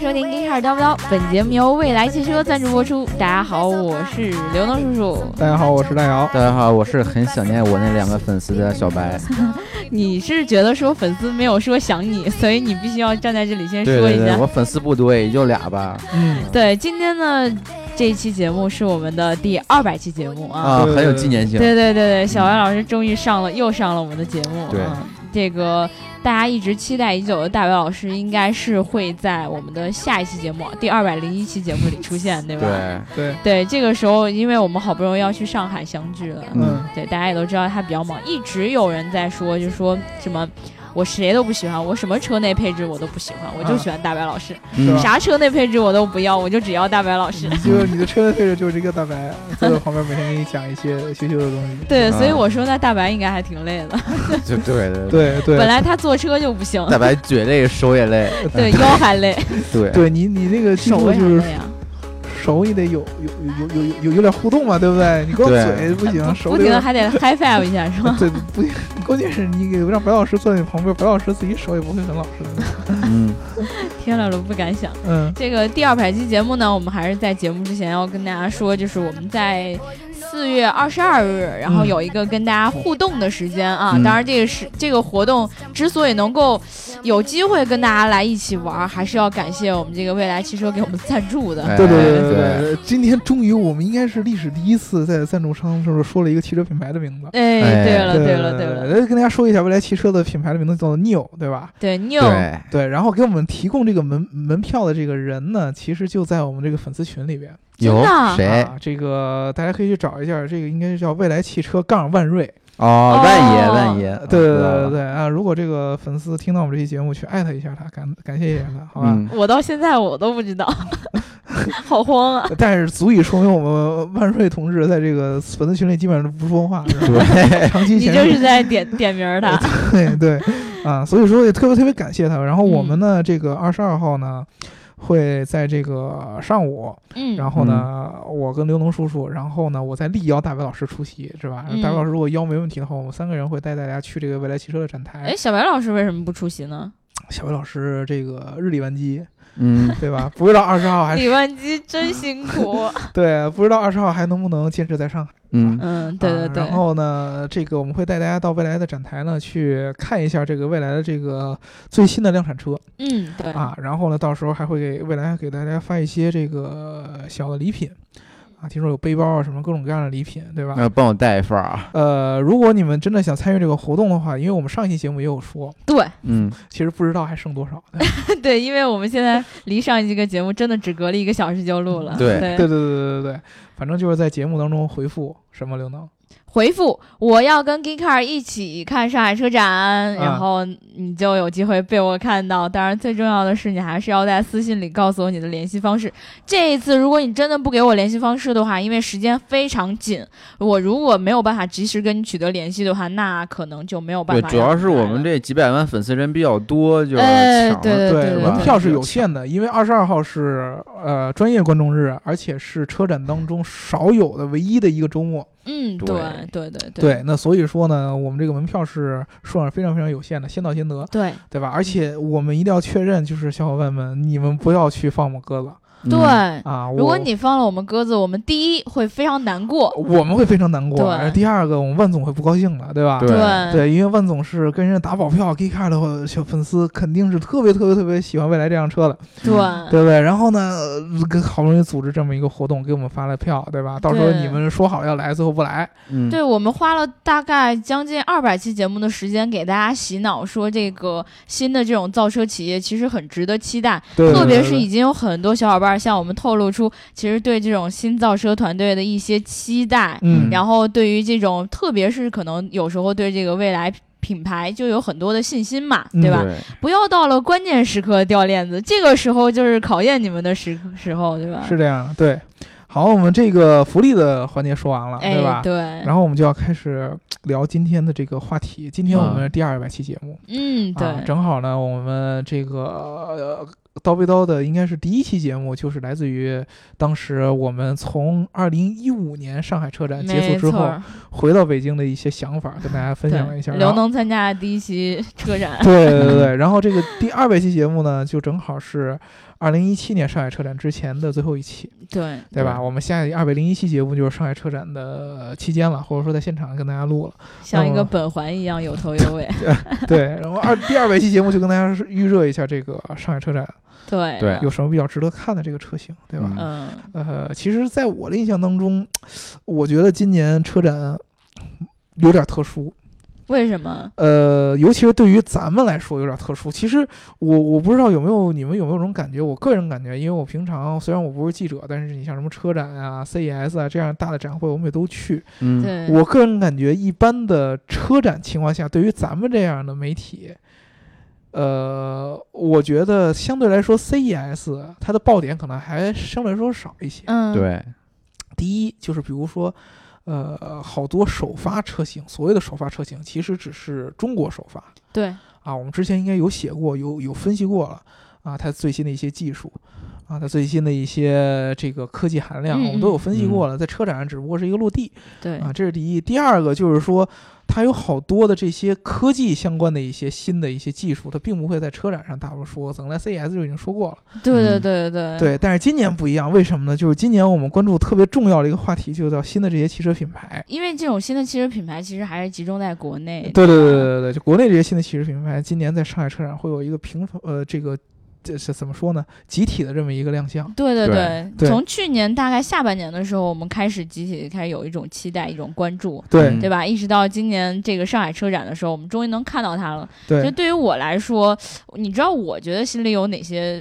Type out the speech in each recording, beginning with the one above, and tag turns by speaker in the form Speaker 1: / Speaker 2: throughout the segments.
Speaker 1: 收听《丁哈尔叨不叨》，本节目由未来汽车赞助播出。大家好，我是刘能叔叔。
Speaker 2: 大家好，我是大姚。
Speaker 3: 大家好，我是很想念我那两个粉丝的小白。
Speaker 1: 嗯你是觉得说粉丝没有说想你，所以你必须要站在这里先
Speaker 3: 对
Speaker 1: 说
Speaker 3: 对
Speaker 1: 一
Speaker 3: 对，
Speaker 1: 下。
Speaker 3: 我粉丝不多，也就俩吧。
Speaker 2: 嗯，
Speaker 1: 对，今天呢，这一期节目是我们的第二百期节目啊。
Speaker 3: 啊，
Speaker 2: 对对
Speaker 3: 很有
Speaker 2: 对
Speaker 3: 纪念性。
Speaker 1: 对对对对，小白老师终于上了，又上了我们的节目。
Speaker 3: 对
Speaker 1: 嗯这个大家一直期待已久的大白老师，应该是会在我们的下一期节目，第二百零一期节目里出现，对吧？
Speaker 3: 对，
Speaker 2: 对，
Speaker 1: 对，这个时候，因为我们好不容易要去上海相聚了，
Speaker 2: 嗯，
Speaker 1: 对，大家也都知道他比较忙，一直有人在说，就说什么我谁都不喜欢，我什么车内配置我都不喜欢，我就喜欢大白老师，
Speaker 3: 嗯
Speaker 2: 吧
Speaker 1: 啥车内配置我都不要，我就只要大白老师。
Speaker 2: 就是你的车的配置就是一个大白，坐在旁边每天给你讲一些羞羞的东西。
Speaker 1: 对，
Speaker 3: 嗯
Speaker 1: 所以我说那大白应该还挺累的，
Speaker 3: 对对对。
Speaker 2: 对对
Speaker 1: 本来他坐车就不 行，
Speaker 3: 大白嘴累，手也累。
Speaker 1: 对腰还累，
Speaker 3: 对
Speaker 2: 对你你那个技
Speaker 1: 手
Speaker 2: 术
Speaker 1: 为啥
Speaker 2: 就是
Speaker 1: 累啊？
Speaker 2: 手你得有有有有有有有点互动嘛，对不对？你光
Speaker 3: 对
Speaker 2: 嘴不行，手
Speaker 1: 不
Speaker 2: 得
Speaker 1: 停
Speaker 2: 有
Speaker 1: 地还得 high five 一下是吧？
Speaker 2: 对不，关键是你给让白老师坐在你旁边，白老师自己手也不会很老实的。
Speaker 3: 嗯，
Speaker 1: 天了，我不敢想。
Speaker 2: 嗯，
Speaker 1: 这个第二百期节目呢，我们还是在节目之前要跟大家说，就是我们在四月二十二日，然后
Speaker 2: 嗯
Speaker 1: 有一个跟大家互动的时间啊。
Speaker 3: 嗯
Speaker 1: 当然，这个是这个活动之所以能够有机会跟大家来一起玩，还是要感谢我们这个未来汽车给我们赞助的。
Speaker 3: 哎
Speaker 2: 对对
Speaker 3: 对
Speaker 2: 对对对，今天终于我们应该是历史第一次在赞助商上说了一个汽车品牌的名字。
Speaker 1: 哎，
Speaker 3: 哎
Speaker 1: 对了，
Speaker 2: 对
Speaker 1: 了，对了，
Speaker 2: 了，跟大家说一下，未来汽车的品牌的名字叫做 New，对吧？
Speaker 1: 对 New，
Speaker 3: 对，
Speaker 2: 对，然后给我们提供这个门门票的这个人呢，其实就在我们这个粉丝群里边。
Speaker 1: 真
Speaker 3: 有
Speaker 1: 的啊
Speaker 3: 谁？
Speaker 2: 啊，这个大家可以去找一下，这个应该是叫未来汽车杠万瑞。
Speaker 3: 哦，万爷，
Speaker 1: 哦
Speaker 3: 万爷。
Speaker 2: 对对
Speaker 3: 知
Speaker 2: 对
Speaker 3: 道
Speaker 2: 对
Speaker 3: 了
Speaker 2: 对啊！如果这个粉丝听到我们这期节目，去艾特一下他，感感谢一下他，好吧？
Speaker 3: 嗯，
Speaker 1: 我到现在我都不知道，好慌啊！
Speaker 2: 但是足以说明我们万瑞同志在这个粉丝群里基本上都不说话，是吧？
Speaker 3: 对，
Speaker 2: 长期
Speaker 1: 你
Speaker 2: 潜
Speaker 1: 就
Speaker 2: 水
Speaker 1: 是在点点名儿他，
Speaker 2: 对对，啊，所以说也特别特别感谢他。然后我
Speaker 1: 嗯
Speaker 2: 们呢，这个二十二号呢，会在这个上午，
Speaker 1: 嗯，
Speaker 2: 然后呢，我跟刘能叔叔，然后呢，我再力邀大白老师出席，是吧？
Speaker 1: 嗯
Speaker 2: 大白老师如果邀没问题的话，我们三个人会带大家去这个未来汽车的展台
Speaker 1: 哎，。小白老师为什么不出席呢？
Speaker 2: 小白老师这个日理万机，
Speaker 3: 嗯，
Speaker 2: 对吧？不知道二十号还
Speaker 1: 李万基真辛苦。
Speaker 2: 对，不知道二十号还能不能坚持在上海。
Speaker 3: 嗯，
Speaker 1: 嗯，对对
Speaker 2: 啊
Speaker 1: 对，
Speaker 2: 然后呢，这个我们会带大家到未来的展台呢，去看一下这个未来的这个最新的量产车。
Speaker 1: 嗯，对，
Speaker 2: 啊，然后呢，到时候还会给未来给大家发一些这个呃小的礼品，啊，听说有背包啊，什么各种各样的礼品，对吧？
Speaker 3: 嗯那帮我带一份儿啊。
Speaker 2: 呃，如果你们真的想参与这个活动的话，因为我们上一期节目也有说，
Speaker 1: 对
Speaker 3: 嗯，
Speaker 2: 其实不知道还剩多少。对
Speaker 1: 对，因为我们现在离上一个节目真的只隔了一个小时就录了。
Speaker 3: 对
Speaker 2: 对对对对对，反正就是在节目当中回复什么刘能，
Speaker 1: 回复我要跟 Geekcar 一起看上海车
Speaker 3: 啊
Speaker 1: 展，然后你就有机会被我看到。当然，最重要的是你还是要在私信里告诉我你的联系方式。这一次，如果你真的不给我联系方式的话，因为时间非常紧，我如果没有办法及时跟你取得联系的话，那可能就没有办
Speaker 3: 对，
Speaker 1: 法。
Speaker 3: 主要是我们。这几百万粉丝人比较多，就是
Speaker 1: 哎
Speaker 3: 抢
Speaker 1: 对对
Speaker 3: 了
Speaker 2: 对，
Speaker 3: 对
Speaker 2: 门
Speaker 3: 对
Speaker 2: 票是有限的，因为二十二号是呃专业观众日，而且是车展当中少有的唯一的一个周末。
Speaker 1: 嗯，对
Speaker 3: 对
Speaker 1: 对对
Speaker 2: 对，那所以说呢，我们这个门票是数量非常非常有限的，先到先得。
Speaker 1: 对
Speaker 2: 对吧？而且我们一定要确认，就是小伙伴们，你们不要去放我们鸽子
Speaker 3: 嗯
Speaker 1: 对，
Speaker 2: 啊！
Speaker 1: 如果
Speaker 2: 我
Speaker 1: 你放了我们鸽子，我们第一会非常难过，
Speaker 2: 我们会非常难过，
Speaker 1: 对
Speaker 2: 而第二个我们万总会不高兴了，对吧？
Speaker 3: 对
Speaker 1: 嗯
Speaker 2: 对因为万总是跟人家打保票 g e e Car 的小粉丝，肯定是特别特别特别喜欢未来这辆车的，
Speaker 1: 对
Speaker 2: 嗯对不对？然后呢，呃跟好不容易组织这么一个活动，给我们发了票，对吧？到时候
Speaker 1: 对
Speaker 2: 你们说好要来，最后不来，
Speaker 3: 嗯，
Speaker 1: 对我们花了大概将近二百期节目的时间给大家洗脑，说这个新的这种造车企业其实很值得期待，
Speaker 2: 对
Speaker 1: 特别是已
Speaker 2: 以
Speaker 1: 经有很多小伙伴向我们透露出，其实对这种新造车团队的一些期待，
Speaker 2: 嗯，
Speaker 1: 然后对于这种，特别是可能有时候对这个未来。品牌就有很多的信心嘛，
Speaker 2: 嗯
Speaker 1: 对吧？
Speaker 3: 对
Speaker 1: 不要到了关键时刻掉链子，这个时候就是考验你们的时时候，对吧？
Speaker 2: 是这样，对。好，我们这个福利的环节说完了，
Speaker 1: 哎，
Speaker 2: 啊对吧？
Speaker 1: 对，
Speaker 2: 然后我们就要开始聊今天的这个话
Speaker 1: 嗯
Speaker 2: 题。今天我们是第二百期节目，
Speaker 1: 嗯，对，
Speaker 2: 啊，正好呢，我们这个、呃、叨逼叨的应该是第一期节目，就是来自于当时我们从二零一五年上海车展结束
Speaker 1: 没
Speaker 2: 之
Speaker 1: 错
Speaker 2: 后
Speaker 1: 儿，
Speaker 2: 回到北京的一些想法，跟大家分享了一下。啊
Speaker 1: 对
Speaker 2: 然
Speaker 1: 刘
Speaker 2: 后
Speaker 1: 能参加的第一期车展，
Speaker 2: 对对对对，然后这个第二百期节目呢，就正好是二零一七年上海车展之前的最后一期，
Speaker 1: 对，
Speaker 2: 对吧？
Speaker 3: 对
Speaker 2: 我们下一二百零一期节目就是上海车展的期间了，或者说在现场跟大家录了。
Speaker 1: 像一
Speaker 2: 哦
Speaker 1: 个本环一样有头有 尾。
Speaker 2: 对，然后二第二百期节目就跟大家预热一下这个上海车展
Speaker 1: 对
Speaker 3: 对
Speaker 2: 有什么比较值得看的这个车型，对吧？
Speaker 1: 嗯，
Speaker 2: 呃，其实，在我的印象当中，我觉得今年车展有点特殊，
Speaker 1: 为什么？
Speaker 2: 呃，尤其是对于咱们来说有点特殊。其实我我不知道有没有你们有没有这种感觉，我个人感觉，因为我平常虽然我不是记者，但是你像什么车展啊、CES 啊这样大的展会，我们也都去。
Speaker 3: 嗯，
Speaker 1: 对，
Speaker 2: 我个人感觉，一般的车展情况下，对于咱们这样的媒体。呃，我觉得相对来说，CES 它的爆点可能还相对来说少一些。
Speaker 1: 嗯，
Speaker 3: 对，
Speaker 2: 第一就是比如说，呃，好多首发车型，所谓的首发车型其实只是中国首发
Speaker 1: 对，
Speaker 2: 啊，我们之前应该有写过，有有分析过了啊，它最新的一些技术。啊，它最新的一些这个科技含量，
Speaker 1: 嗯
Speaker 2: 我们都有分析过了，在车展上只不过是一个落地
Speaker 1: 对，
Speaker 2: 啊，这是第一。第二个就是说，它有好多的这些科技相关的一些新的一些技术，它并不会在车展上大多说，可能在 CES 就已经说过了。
Speaker 1: 对对对
Speaker 3: 嗯
Speaker 1: 对，
Speaker 2: 对，但是今年不一样，为什么呢？就是今年我们关注特别重要的一个话题，就叫新的这些汽车品牌。
Speaker 1: 因为这种新的汽车品牌其实还是集中在国内。
Speaker 2: 对对对对对对，就国内这些新的汽车品牌，今年在上海车展会有一个平呃这个这是怎么说呢？集体的这么一个亮相。
Speaker 1: 对对
Speaker 3: 对
Speaker 2: 对
Speaker 1: 从去年大概下半年的时候，我们开始集体地开始有一种期待，一种关注，
Speaker 2: 对、
Speaker 3: 嗯
Speaker 1: 对吧？一直到今年这个上海车展的时候，我们终于能看到它了。其实
Speaker 2: 对，
Speaker 1: 对于我来说，你知道我觉得心里有哪些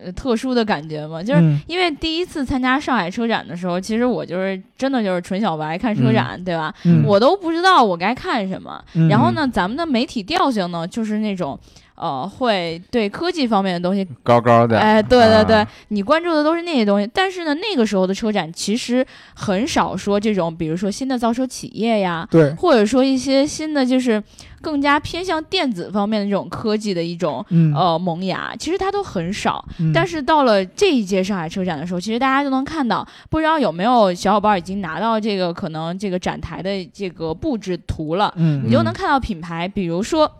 Speaker 1: 呃特殊的感觉吗？就是
Speaker 2: 嗯
Speaker 1: 因为第一次参加上海车展的时候，其实我就是真的就是纯小白看车
Speaker 3: 嗯
Speaker 1: 展，对吧？
Speaker 2: 嗯
Speaker 1: 我都不知道我该看什么。
Speaker 2: 嗯
Speaker 1: 然后呢，咱们的媒体调性呢，就是那种呃，会对科技方面的东西，
Speaker 3: 高高的，
Speaker 1: 哎，对对对
Speaker 3: 啊，
Speaker 1: 你关注的都是那些东西。但是呢，那个时候的车展其实很少说这种，比如说新的造车企业呀，
Speaker 2: 对，
Speaker 1: 或者说一些新的就是更加偏向电子方面的这种科技的一种。
Speaker 2: 嗯
Speaker 1: 呃，萌芽其实它都很少，
Speaker 2: 嗯
Speaker 1: 但是到了这一届上海车展的时候，其实大家就能看到，不知道有没有小伙伴已经拿到这个可能这个展台的这个布置图了，
Speaker 2: 嗯
Speaker 1: 你就能看到品牌，比如说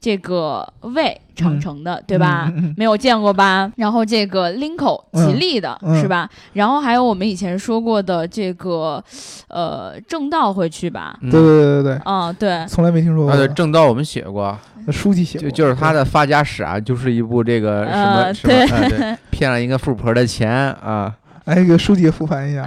Speaker 1: 这个魏长城的，对吧？
Speaker 2: 嗯嗯
Speaker 1: 没有见过吧？然后这个 Linko
Speaker 2: 嗯
Speaker 1: 吉利的、
Speaker 2: 嗯
Speaker 1: 是吧？然后还有我们以前说过的这个，呃，正道会去吧？
Speaker 3: 嗯
Speaker 2: 对对对对对，
Speaker 1: 啊、对，
Speaker 2: 从来没听说过。
Speaker 3: 啊，对，正道我们写过，啊
Speaker 2: 书记写
Speaker 3: 就
Speaker 2: 过
Speaker 3: 就是他的发家史啊，就是一部这个什么
Speaker 1: 呃
Speaker 3: 什么，啊 对，骗了一个富婆的钱啊，
Speaker 2: 对哎，给书记复盘一下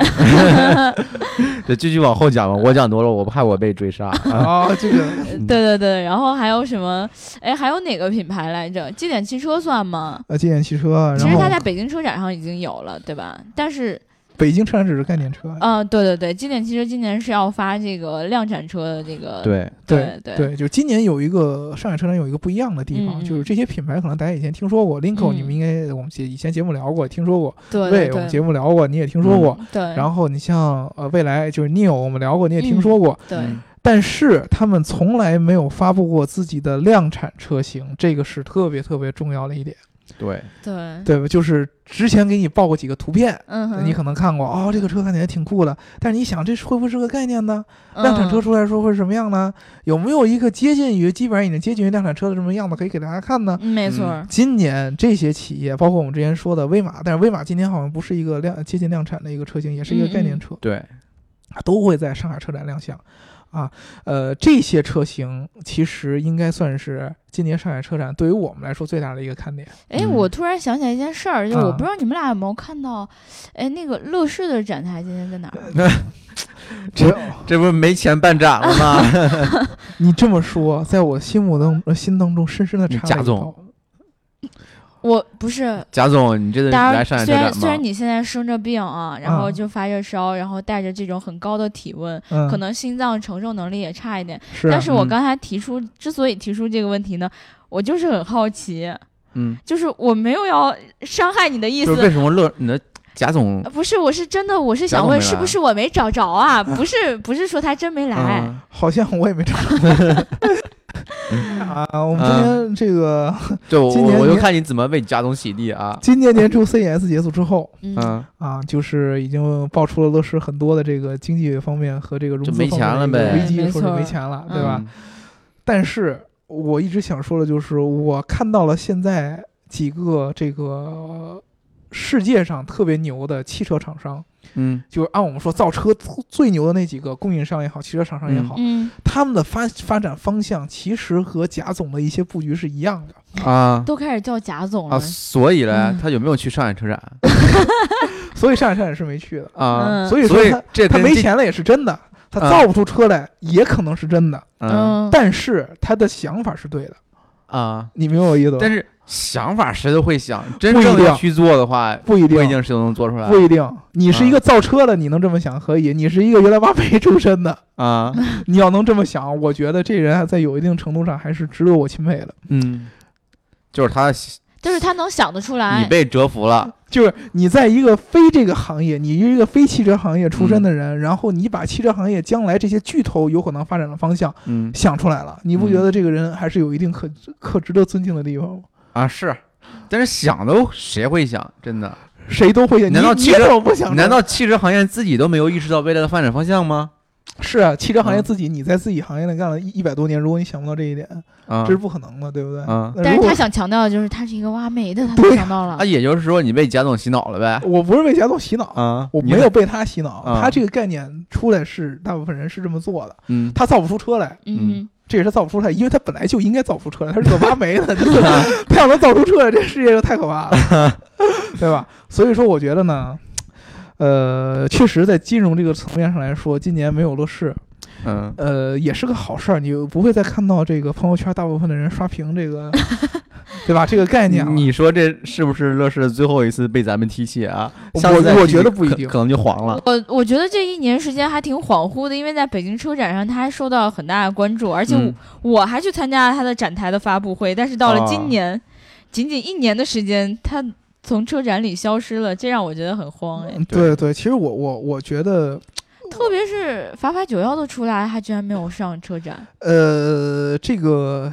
Speaker 3: 对，继续往后讲吧，我讲多了，我怕我被追杀 啊，
Speaker 2: 啊，这个
Speaker 1: 对对对。然后还有什么？哎，还有哪个品牌来着？经典汽车算吗？
Speaker 2: 呃，经典汽车，
Speaker 1: 其
Speaker 2: 然
Speaker 1: 实
Speaker 2: 后
Speaker 1: 它在北京车展上已经有了，对吧？但是，
Speaker 2: 北京车展只是概念车。
Speaker 1: 嗯、对对对，经典汽车今年是要发这个量产车的这个，
Speaker 3: 对，
Speaker 1: 对
Speaker 2: 对
Speaker 1: 对
Speaker 2: 就今年有一个上海车展有一个不一样的地方，
Speaker 1: 嗯嗯
Speaker 2: 就是这些品牌可能大家以前听说过，Linko
Speaker 1: 嗯
Speaker 2: 你们应该我们以前节目聊过，听说过，
Speaker 1: 对
Speaker 2: 魏
Speaker 1: 对
Speaker 2: 我们
Speaker 1: 对
Speaker 2: 节目聊过，你也听
Speaker 3: 嗯
Speaker 2: 说过。
Speaker 1: 对，
Speaker 2: 然后你像呃未来就是 Neo 我们聊过，你也听说过，
Speaker 1: 对。
Speaker 3: 嗯
Speaker 2: 但是他们从来没有发布过自己的量产车型，这个是特别特别重要的一点，
Speaker 3: 对，
Speaker 1: 对，
Speaker 2: 对吧？就是之前给你报过几个图片。
Speaker 1: 嗯哼，
Speaker 2: 你可能看过哦，这个车看起来挺酷的，但是你想这是会不会是个概念呢？量产车
Speaker 1: 嗯
Speaker 2: 出来说会是什么样呢？有没有一个接近于基本上已经接近于量产车的这么样子可以给大家看呢？
Speaker 1: 嗯没错
Speaker 3: 嗯
Speaker 1: 儿，
Speaker 2: 今年这些企业，包括我们之前说的威马，但是威马今年好像不是一个量接近量产的一个车型，也是一个概
Speaker 1: 嗯
Speaker 2: 念车，
Speaker 3: 对，
Speaker 2: 都会在上海车展亮相。啊，呃，这些车型其实应该算是今年上海车展对于我们来说最大的一个看点。
Speaker 1: 哎，
Speaker 3: 嗯
Speaker 1: 我突然想起来一件事儿，就是我
Speaker 2: 啊
Speaker 1: 不知道你们俩有没有看到，哎，那个乐视的展台今天在哪儿？
Speaker 2: 这
Speaker 3: 这不是没钱办展了吗？
Speaker 2: 你这么说，在我心目当呃心当中深深的插了
Speaker 3: 贾
Speaker 2: 一
Speaker 3: 总
Speaker 2: 刀。
Speaker 1: 我不是，
Speaker 3: 贾总，你这次
Speaker 1: 大
Speaker 3: 来
Speaker 1: 家
Speaker 3: 上海车
Speaker 1: 虽然
Speaker 3: 展
Speaker 1: 虽然
Speaker 3: 吗？
Speaker 1: 你现在生着病啊，然后
Speaker 2: 啊
Speaker 1: 就发着烧，然后带着这种很高的体温，
Speaker 2: 嗯，
Speaker 1: 可能心脏承受能力也差一点，
Speaker 2: 是，啊
Speaker 1: 但是我
Speaker 3: 嗯
Speaker 1: 刚才提出，之所以提出这个问题呢，我就是很好奇，
Speaker 3: 嗯，
Speaker 1: 就是我没有要伤害你的意
Speaker 3: 就
Speaker 1: 思
Speaker 3: 是。为什么乐你的贾总
Speaker 1: 呃不是，我是真的，我是
Speaker 3: 贾
Speaker 1: 想
Speaker 3: 总
Speaker 1: 问，
Speaker 3: 没
Speaker 1: 是不
Speaker 3: 来
Speaker 1: 是我没
Speaker 3: 嗯
Speaker 1: 找着啊？不是，不是说他真没来，
Speaker 3: 啊
Speaker 2: 好像我也没找啊，我们今天
Speaker 3: 嗯
Speaker 2: 这个
Speaker 3: 对我
Speaker 2: 今年
Speaker 3: 我我就
Speaker 2: 年
Speaker 3: 看你怎么为家中洗地啊，
Speaker 2: 今年年初 CES 结束之后
Speaker 1: 嗯，
Speaker 3: 嗯，
Speaker 2: 啊，就是已经爆出了乐视很多的这个经济方面和这个融资
Speaker 3: 就没
Speaker 2: 方面
Speaker 3: 钱
Speaker 2: 的
Speaker 3: 了
Speaker 2: 一个
Speaker 1: 呗
Speaker 2: 危
Speaker 1: 对没
Speaker 2: 机说是
Speaker 1: 错
Speaker 2: 没钱了，对吧？
Speaker 3: 嗯？
Speaker 2: 但是我一直想说的就是，我看到了现在几个这个世界上特别牛的汽车厂商，
Speaker 3: 嗯，
Speaker 2: 就是按我们说造车最牛的那几个供应商也好，汽车厂商也好，
Speaker 1: 嗯，
Speaker 2: 他们的发发展方向其实和贾总的一些布局是一样的。
Speaker 3: 啊
Speaker 1: 都开始叫贾总嗯了
Speaker 3: 啊，，所以呢
Speaker 1: 嗯，
Speaker 3: 他有没有去上海车展
Speaker 2: 所以上海车展是没去的。
Speaker 3: 啊？
Speaker 1: 嗯
Speaker 2: 所以说
Speaker 3: 所以
Speaker 2: 他
Speaker 3: 这
Speaker 2: 他
Speaker 3: 跟
Speaker 2: 没
Speaker 3: 这，
Speaker 2: 钱了也是真的，他
Speaker 3: 啊
Speaker 2: 造不出车来也可能是真的，
Speaker 3: 嗯
Speaker 1: 嗯，
Speaker 2: 但是他的想法是对的。
Speaker 3: 啊，
Speaker 2: 你明白我意思吗？
Speaker 3: 但是想法谁都会想，真
Speaker 2: 不一
Speaker 3: 正
Speaker 2: 定
Speaker 3: 要去做的话，
Speaker 2: 不一
Speaker 3: 不一
Speaker 2: 定。
Speaker 3: 定是都能做出来
Speaker 2: 不一定，你是一个造车的，你能这么想可以；
Speaker 3: 嗯
Speaker 2: 你是一个原来挖煤出身的，
Speaker 3: 啊。
Speaker 2: 你要能这么想，我觉得这人还在有一定程度上还是值得我钦佩的。
Speaker 3: 嗯，就是他
Speaker 1: 就是他能想得出
Speaker 3: 你
Speaker 1: 来，
Speaker 3: 被折服了，
Speaker 2: 就是你在一个非这个行业，你是一个非汽车行业出身的
Speaker 3: 嗯
Speaker 2: 人，然后你把汽车行业将来这些巨头有可能发展的方向
Speaker 3: 嗯
Speaker 2: 想出来了，你不觉得这个人还是有一定可可值得尊敬的地方吗？
Speaker 3: 啊是，但是想都谁会想？真的？
Speaker 2: 谁都会想，
Speaker 3: 难道
Speaker 2: 你
Speaker 3: 汽
Speaker 2: 你
Speaker 3: 车
Speaker 2: 怎么不想？
Speaker 3: 难道汽车行业自己都没有意识到未来的发展方向吗？
Speaker 2: 是啊？汽车行业
Speaker 3: 嗯
Speaker 2: 自己，你在自己行业内干了一一百多年，如果你想不到这一点，
Speaker 3: 啊
Speaker 2: 这是不可能的，对不对？
Speaker 3: 啊
Speaker 2: 那
Speaker 1: 但是
Speaker 2: 如果
Speaker 1: 他想强调的就是他是一个挖煤的，他
Speaker 2: 对
Speaker 1: 都
Speaker 2: 啊
Speaker 1: 想到了
Speaker 3: 啊，，也就是说你被贾总洗脑了呗？
Speaker 2: 我不是被贾总洗脑，
Speaker 3: 啊，
Speaker 2: 我
Speaker 3: 你
Speaker 2: 没有，被他洗脑，
Speaker 3: 啊
Speaker 2: 他这个概念出来是大部分人是这么做的，
Speaker 3: 嗯，
Speaker 2: 他造不出车来，
Speaker 1: 嗯，
Speaker 2: 这也是造不出来，因为他本来就应该造不出车来，他是个挖煤 的，就是他要能造出车来，这世界就太可怕了， 对吧？所以说，我觉得呢，呃，确实在金融这个层面上来说，今年没有乐视，
Speaker 3: 嗯，
Speaker 2: 呃，也是个好事儿，你不会再看到这个朋友圈大部分的人刷屏 这个，对吧？这个概念了，
Speaker 3: 你说这是不是乐视最后一次被咱们提起啊？
Speaker 2: 我
Speaker 3: 下次再提起
Speaker 2: 我觉得不一
Speaker 3: 可
Speaker 2: 定
Speaker 3: 可能就黄
Speaker 2: 啊
Speaker 3: 了。
Speaker 1: 我我觉得这一年时间还挺恍惚的，因为在北京车展上，他还受到很大的关注，而且我,、
Speaker 3: 嗯
Speaker 1: 我还去参加了他的展台的发布会。但是到了
Speaker 3: 啊
Speaker 1: 今年，仅仅一年的时间，他从车展里消失了，这让我觉得很慌哎。
Speaker 2: 嗯对对，其实我我我觉得，
Speaker 1: 特别是法法九幺都出来，他居然没有上车展，
Speaker 2: 呃，这个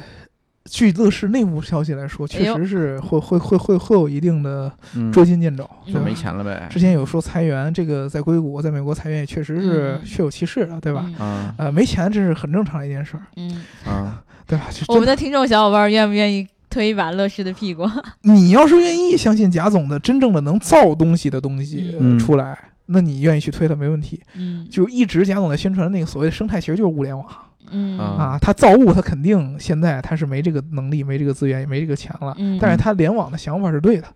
Speaker 2: 据乐视内部消息来说，
Speaker 1: 哎
Speaker 2: 确
Speaker 1: 呦
Speaker 2: 实是会会会会会有一定的
Speaker 3: 嗯，
Speaker 2: 捉襟见肘，
Speaker 1: 嗯
Speaker 2: 对
Speaker 3: 就
Speaker 2: 吧
Speaker 3: 没钱了呗
Speaker 2: 之。前有说裁员，这个在硅谷，在美国裁员也确实是
Speaker 1: 嗯
Speaker 2: 确有其事的，对吧？
Speaker 3: 啊
Speaker 2: 呃，没钱这是很正常的一件事儿，
Speaker 1: 嗯？嗯，
Speaker 3: 啊，
Speaker 2: 对吧？就
Speaker 1: 哦我们的听众小伙伴愿不愿意推一把乐视的屁股？
Speaker 2: 你要是愿意相信贾总的真正的能造东西的东西呃
Speaker 3: 嗯
Speaker 2: 出来，那你愿意去推它没问题。
Speaker 1: 嗯
Speaker 2: 就一直贾总在宣传那个所谓的生态，其实就是物联网
Speaker 1: 嗯
Speaker 3: 啊
Speaker 2: 啊。他造物，他肯定现在他是没这个能力、没这个资源、也没这个钱了，
Speaker 1: 嗯，
Speaker 2: 但是嗯他联网的想法是对的。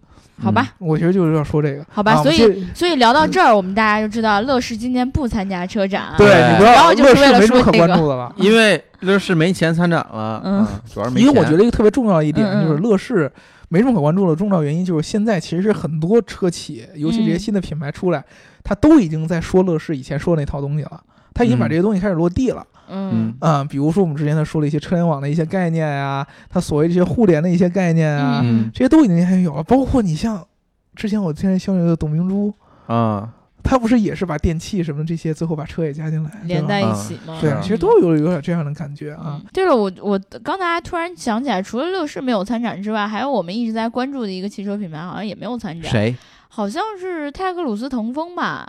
Speaker 1: 好吧，
Speaker 2: 我其实就是要说这个，
Speaker 1: 好吧
Speaker 2: 啊、
Speaker 1: 所以
Speaker 2: 我们这
Speaker 1: 所以聊到这儿，我们大家就知道乐视今年不参加车展。
Speaker 2: 嗯
Speaker 1: 啊
Speaker 2: 对你不
Speaker 1: 然
Speaker 2: 要
Speaker 1: 后就是
Speaker 2: 乐视
Speaker 1: 为了
Speaker 2: 没什么
Speaker 1: 说
Speaker 2: 可
Speaker 1: 这
Speaker 2: 关
Speaker 1: 个
Speaker 2: 注的了。
Speaker 3: 因为乐视没钱参展了，
Speaker 1: 嗯
Speaker 3: 啊，主要是没
Speaker 2: 因
Speaker 3: 钱。
Speaker 2: 为我觉得一个特别重要的一点
Speaker 1: 嗯嗯
Speaker 2: 就是乐视没什么可关注的重要原因就是现在其实很多车企，尤其这些
Speaker 1: 嗯
Speaker 2: 新的品牌出来，它都已经在说乐视以前说的那套东西了。它已经把
Speaker 3: 嗯
Speaker 2: 这些东西开始落地了，
Speaker 1: 嗯
Speaker 3: 嗯
Speaker 2: 啊，比如说我们之前他说了一些车联网的一些概念啊，它所谓这些互联的一些概念啊，
Speaker 3: 嗯
Speaker 2: 这些都已经很有了。包括你像之前我听人消息的董明珠，
Speaker 3: 啊，
Speaker 2: 她不是也是把电器什么这些，最后把车也加进来，对
Speaker 1: 连
Speaker 2: 吧
Speaker 1: 在
Speaker 3: 啊
Speaker 1: 一起嘛。
Speaker 2: 对
Speaker 3: 是，
Speaker 2: 嗯其实都有有点这样的感觉啊
Speaker 1: 嗯。。对了，我我刚才突然想起来，除了乐视没有参展之外，还有我们一直在关注的一个汽车品牌，好像也没有参展，
Speaker 3: 谁？
Speaker 1: 好像是泰格鲁斯腾风吧？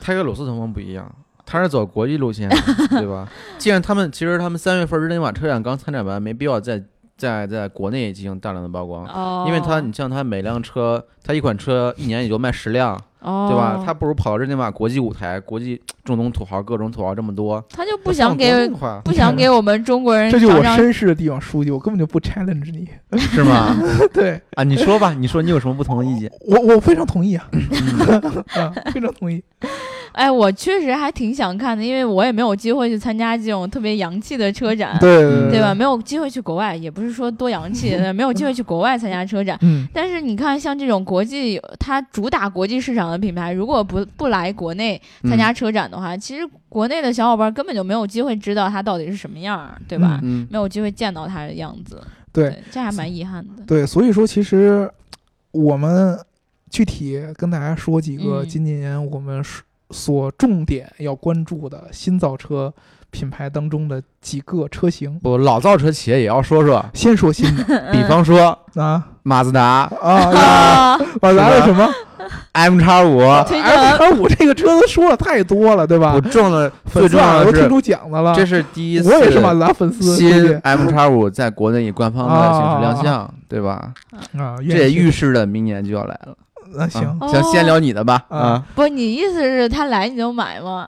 Speaker 3: 他跟鲁斯同盟不一样，他是走国际路 线的，对吧？既然他们其实他们三月份日内瓦车展刚参展完，没必要再再在国内进行大量的曝光，
Speaker 1: 哦，
Speaker 3: 因为他你像他每辆车，他一款车一年也就卖十辆，
Speaker 1: 哦，
Speaker 3: 对吧？他不如跑到日内瓦国际舞台，国际中东土豪各种土豪这么多，
Speaker 1: 他就不想
Speaker 3: 放国
Speaker 1: 给
Speaker 3: 内的话
Speaker 1: 不想给我们中国人
Speaker 2: 这就是
Speaker 1: 尝
Speaker 2: 我
Speaker 1: 尝
Speaker 2: 绅士的地方，书记，我根本就不 challenge 你。
Speaker 3: 是吗？
Speaker 2: 对
Speaker 3: 啊，你说吧，你说你有什么不同的意见？
Speaker 2: 我，我非常同意啊， 啊非常同意。
Speaker 1: 哎，我确实还挺想看的，因为我也没有机会去参加这种特别洋气的车
Speaker 3: 嗯
Speaker 1: 展，
Speaker 2: 对
Speaker 3: 对
Speaker 1: 对吧？？没有机会去国外，也不是说多洋 气，没有机会去国外参加车展。
Speaker 2: 嗯，
Speaker 1: 但是你看，像这种国际，呃它主打国际市场的品牌，如果不不来国内参加车展的话，其实国内的小伙伴根本就没有机会知道它到底是什么样儿，对吧？
Speaker 3: 嗯
Speaker 1: 没有机会见到它的样子，
Speaker 2: 对
Speaker 1: 这还蛮遗憾 的。
Speaker 2: 对，所以说其实我们具体跟大家说几个
Speaker 1: 嗯
Speaker 2: 今年我们所重点要关注的新造车品牌当中的几个车型。
Speaker 3: 不，老造车企业也要说说，
Speaker 2: 先说新的
Speaker 1: 嗯
Speaker 3: 比方说
Speaker 2: 啊
Speaker 3: 马自达
Speaker 2: 啊， 呀
Speaker 1: 啊，
Speaker 2: 马自达的什么
Speaker 3: M 叉五，
Speaker 1: 推
Speaker 2: 哎，
Speaker 1: 荐
Speaker 2: 但我这个车都说了太多了，对吧
Speaker 3: 我？中了，
Speaker 2: 粉
Speaker 3: 最
Speaker 2: 丝
Speaker 3: 重
Speaker 2: 啊
Speaker 3: 要
Speaker 2: 都
Speaker 3: 的
Speaker 2: 听
Speaker 3: 是，
Speaker 2: 出奖的了。
Speaker 3: 这是第一次
Speaker 2: 我也是马自达粉丝，
Speaker 3: 新
Speaker 2: 估
Speaker 3: M 叉五在国内以官方
Speaker 2: 啊
Speaker 3: 的形式亮相，对吧？
Speaker 2: 计啊，
Speaker 3: 这也预示着明年就要来了。
Speaker 2: 那行
Speaker 3: 啊行，先聊你的吧。
Speaker 2: 哦
Speaker 3: 啊，
Speaker 1: 不，你意思是他来你就买吗？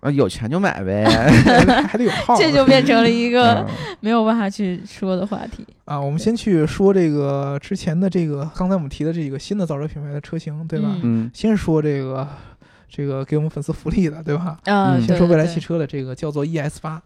Speaker 3: 啊有钱就买呗。
Speaker 2: 还得有号儿。
Speaker 1: 这就变成了一个
Speaker 3: 哦嗯
Speaker 1: 没有办法去说的话题。
Speaker 2: 啊，我们先去说这个之前的这个，刚才我们提的这个新的造车品牌的车型，对吧？
Speaker 1: 嗯
Speaker 3: 嗯，
Speaker 2: 先说这个这个给我们粉丝福利的，对吧？
Speaker 1: 嗯，
Speaker 3: 嗯
Speaker 2: 先
Speaker 1: 对
Speaker 2: 说蔚来
Speaker 1: 对
Speaker 2: 汽车的这个叫做 ES 八，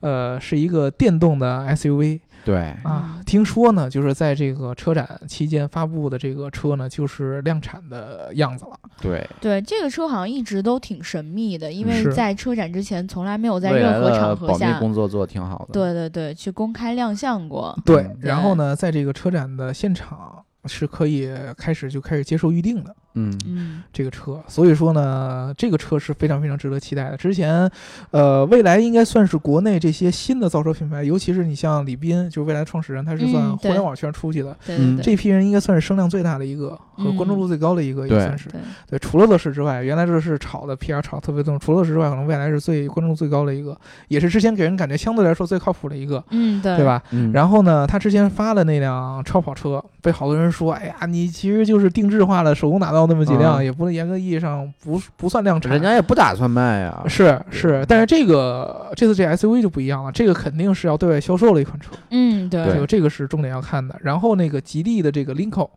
Speaker 2: 呃，是一个电动的 SUV
Speaker 3: 对，
Speaker 2: 啊
Speaker 1: 嗯。
Speaker 2: 听说呢，就是在这个车展期间发布的这个车呢，就是量产的样子了。
Speaker 3: 对，
Speaker 1: 对这个车好像一直都挺神秘的，因为
Speaker 2: 是
Speaker 1: 在车展之前从来没有在
Speaker 3: 未来
Speaker 1: 任何
Speaker 3: 的
Speaker 1: 场合
Speaker 3: 保密
Speaker 1: 下，
Speaker 3: 工作做得挺好的。
Speaker 1: 对对对，去公开亮相过。
Speaker 2: 对
Speaker 3: 嗯，
Speaker 2: 然后呢，在这个车展的现场是可以开始就开始接受预定的。
Speaker 3: 嗯，
Speaker 1: 嗯，
Speaker 2: 这个车，所以说呢，这个车是非常非常值得期待的。之前，呃，蔚来应该算是国内这些新的造车品牌，尤其是你像李斌，就是蔚来创始人，他是算
Speaker 1: 嗯
Speaker 2: 互
Speaker 1: 对
Speaker 2: 联网圈出去的，
Speaker 1: 对对
Speaker 3: 嗯
Speaker 1: 对
Speaker 2: 这批人应该算是声量最大的一个和
Speaker 1: 嗯
Speaker 2: 关注度最高的一个，也
Speaker 3: 对
Speaker 2: 算是
Speaker 1: 对，
Speaker 2: 对。除了乐视之外，原来乐视炒的 PR 炒得特别重，除了乐视之外，可能蔚来是最关注度最高的一个，也是之前给人感觉相对来说最靠谱的一个，
Speaker 1: 嗯对，
Speaker 2: 对？吧？
Speaker 3: 嗯
Speaker 2: 然后呢，他之前发的那辆超跑车，被好多人说，哎呀，你其实就是定制化了，手工打造那么几辆，
Speaker 3: 嗯
Speaker 2: 也不能严格意义上不不算量产。
Speaker 3: 人家也不打算卖呀。
Speaker 2: 是是，但是这个这次这 SUV 就不一样了，这个肯定是要对外销售的一款车，
Speaker 1: 嗯对
Speaker 3: 对
Speaker 2: 就这个是重点要看的。然后那个吉利的这个 Lincoln，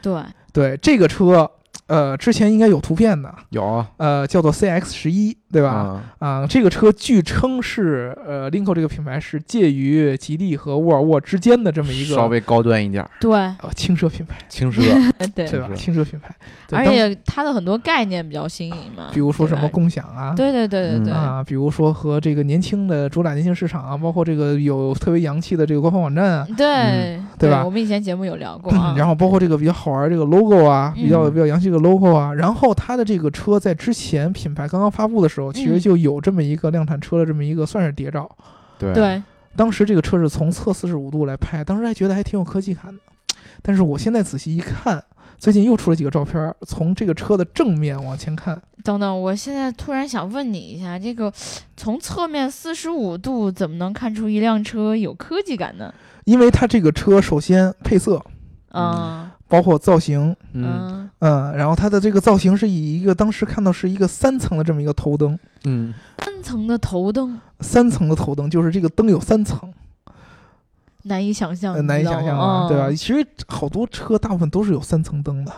Speaker 1: 对
Speaker 2: 对这个车，呃，之前应该有图片的，
Speaker 3: 有
Speaker 2: 呃，叫做 CX 十一，对吧？
Speaker 3: 啊，
Speaker 2: 啊、这个车据称是呃 Lincoln 这个品牌是介于吉利和沃尔沃之间的这么一个
Speaker 3: 稍微高端一点儿，
Speaker 1: 对呃
Speaker 2: 呃轻奢品牌。
Speaker 3: 轻奢。
Speaker 1: 对
Speaker 2: 对吧？
Speaker 3: 是
Speaker 2: 轻奢品牌，对
Speaker 1: 而
Speaker 2: 当
Speaker 1: 且它的很多概念比较新颖嘛，
Speaker 2: 比如说什么
Speaker 1: 对吧
Speaker 2: 共享啊，
Speaker 1: 对对对对对，
Speaker 3: 嗯
Speaker 2: 啊，比如说和这个年轻的主打年轻市场啊，包括这个有特别洋气的这个官方网站啊，
Speaker 1: 对
Speaker 2: 对吧嗯
Speaker 1: 我们以前节目有聊过啊，
Speaker 2: 然
Speaker 1: 后
Speaker 2: 后包括这个比较好玩儿这个 logo 啊，比较
Speaker 3: 嗯
Speaker 2: 比较洋气的 logo 啊，然后它的这个车在之前品牌刚刚发布的时候，其实
Speaker 1: 嗯
Speaker 2: 就有这么一个量产车的这么一个算是谍照。
Speaker 3: 对
Speaker 1: 对
Speaker 2: 当时这个车是从侧四十五度来拍，当时还觉得还挺有科技感的，但是我现在仔细一看，最近又出了几个照片儿，从这个车的正面往前看，
Speaker 1: 等等，我现在突然想问你一下，这个从侧面四十五度怎么能看出一辆车有科技感呢？
Speaker 2: 因为它这个车首先配色，
Speaker 1: 嗯
Speaker 2: 包括造型，
Speaker 3: 嗯
Speaker 1: 嗯
Speaker 2: 嗯，然后它的这个造型是以一个当时看到是一个三层的这么一个头灯，
Speaker 3: 嗯，
Speaker 1: 三层的头灯
Speaker 2: 三层的头灯就是这个灯有三层，
Speaker 1: 难以想象，
Speaker 2: 呃、难
Speaker 1: 嗯
Speaker 2: 以
Speaker 1: 你知道
Speaker 2: 想象
Speaker 1: 吗
Speaker 2: 啊，对吧？
Speaker 1: 嗯
Speaker 2: 其实好多车大部分都是有三层灯的，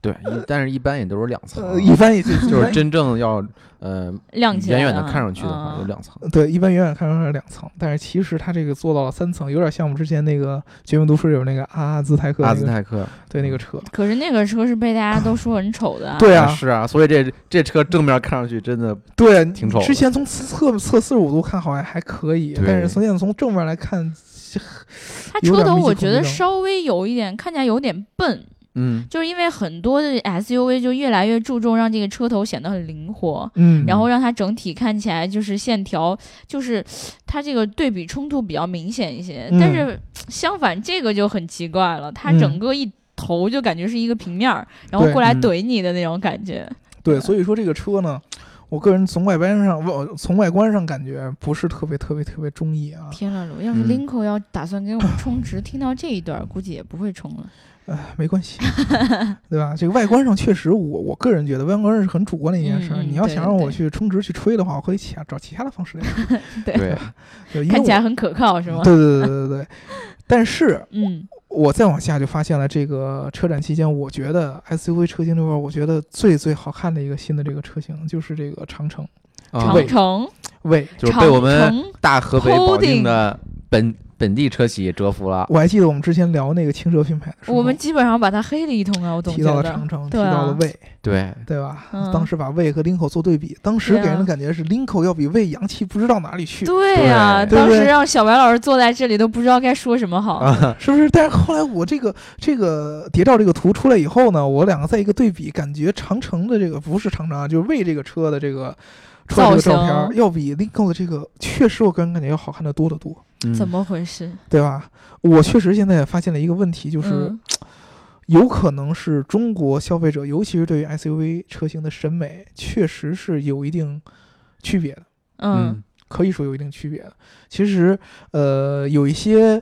Speaker 3: 对，一但是一般也都是两层啊，
Speaker 2: 呃，一般也 就
Speaker 3: 就是真正要呃
Speaker 1: 亮起来啊
Speaker 3: 远
Speaker 1: 了
Speaker 3: 远的看上去的话，
Speaker 1: 嗯
Speaker 3: 有两层。
Speaker 2: 对，一般远远看上是两层，但是其实它这个做到了三层，有点像我们之前那个《绝命毒师》有那个阿兹泰克、那
Speaker 3: 阿
Speaker 2: 个、
Speaker 3: 兹泰克，
Speaker 2: 对那个车，
Speaker 1: 可是那个车是被大家都说很丑的啊，
Speaker 2: 对啊，
Speaker 3: 是啊，所以这这车正面看上去真的
Speaker 2: 对，啊
Speaker 3: 挺丑的
Speaker 2: 之前从侧侧四十五度看好像还可以，
Speaker 3: 对
Speaker 2: 但是从现在从正面来看，
Speaker 1: 它
Speaker 2: 有
Speaker 1: 车
Speaker 2: 点
Speaker 1: 头
Speaker 2: 密集
Speaker 1: 我
Speaker 2: 恐
Speaker 1: 觉
Speaker 2: 惧
Speaker 1: 得
Speaker 2: 症
Speaker 1: 稍微有一点看起来有点笨，
Speaker 3: 嗯，
Speaker 1: 就是因为很多的 SUV 就越来越注重让这个车头显得很灵活，
Speaker 2: 嗯，
Speaker 1: 然后让它整体看起来就是线条，就是它这个对比冲突比较明显一些。
Speaker 2: 嗯
Speaker 1: 但是相反，这个就很奇怪了，它
Speaker 2: 嗯
Speaker 1: 整个一头就感觉是一个平面儿，然后
Speaker 2: 对
Speaker 1: 过来
Speaker 3: 嗯
Speaker 1: 怼你的那种感觉。
Speaker 2: 对，所以说这个车呢，我个人从外观上，不，从外观上感觉不是特别特别特别中意啊。
Speaker 1: 天了噜，要是
Speaker 3: 嗯
Speaker 1: Lincoln 要打算给我们充值，听到这一段儿估计也不会充了。
Speaker 2: 哎，没关系， 对吧？这个外观上确实我，我个人觉得外观上是很主观的一件事儿。
Speaker 1: 嗯嗯
Speaker 2: 你要
Speaker 1: 对
Speaker 2: 想
Speaker 1: 对
Speaker 2: 让我
Speaker 1: 对
Speaker 2: 去充值去吹的话，我可以其他找其他的方式来吹
Speaker 1: 对
Speaker 3: 对，啊
Speaker 2: 对，因为
Speaker 1: 看起
Speaker 2: 我
Speaker 1: 来很可靠是吗？
Speaker 2: 对对对对对对。但是
Speaker 1: 嗯
Speaker 2: 我再往下就发现了，这个车展期间，我觉得 SUV 车型这块儿，我觉得最最好看的一个新的这个车型就是这个长城
Speaker 3: 啊
Speaker 1: 长
Speaker 2: 喂
Speaker 1: 城，
Speaker 2: 魏。
Speaker 3: 就是被我
Speaker 1: 长
Speaker 3: 们
Speaker 1: 城
Speaker 3: 大河北保定的本本地车企折服了。
Speaker 2: 我还记得我们之前聊那个轻奢品牌的时候，
Speaker 1: 我们基本上把它黑了一通啊，我总
Speaker 2: 提
Speaker 1: 觉
Speaker 2: 到了
Speaker 1: 得
Speaker 2: 长城，提
Speaker 1: 对啊
Speaker 2: 到了魏，
Speaker 3: 对，
Speaker 2: 对吧？
Speaker 1: 嗯
Speaker 2: 当时把魏和 Lincoln 做对比，当时
Speaker 1: 对啊
Speaker 2: 给人的感觉是 Lincoln 要比魏洋气不知道哪里去，
Speaker 1: 对呀、
Speaker 3: 对
Speaker 1: 当
Speaker 2: 对
Speaker 1: 时
Speaker 2: 不对
Speaker 1: 让小白老师坐在这里都不知道该说什么好。
Speaker 2: 是不是？但是后来我这个这个谍照这个图出来以后呢，我两个再一个对比，感觉长城的这个不是长城啊，就是魏这个车的这个出来这个照片
Speaker 1: 造
Speaker 2: 儿
Speaker 1: 型
Speaker 2: 要比 Linko 的这个确实我个人感觉要好看的多得多，
Speaker 3: 嗯
Speaker 1: 怎么回事？
Speaker 2: 对吧？我确实现在也发现了一个问题，就是
Speaker 1: 嗯
Speaker 2: 有可能是中国消费者，尤其是对于 SUV 车型的审美，确实是有一定区别的，
Speaker 1: 嗯
Speaker 2: 可以说有一定区别的。其实，呃，有一些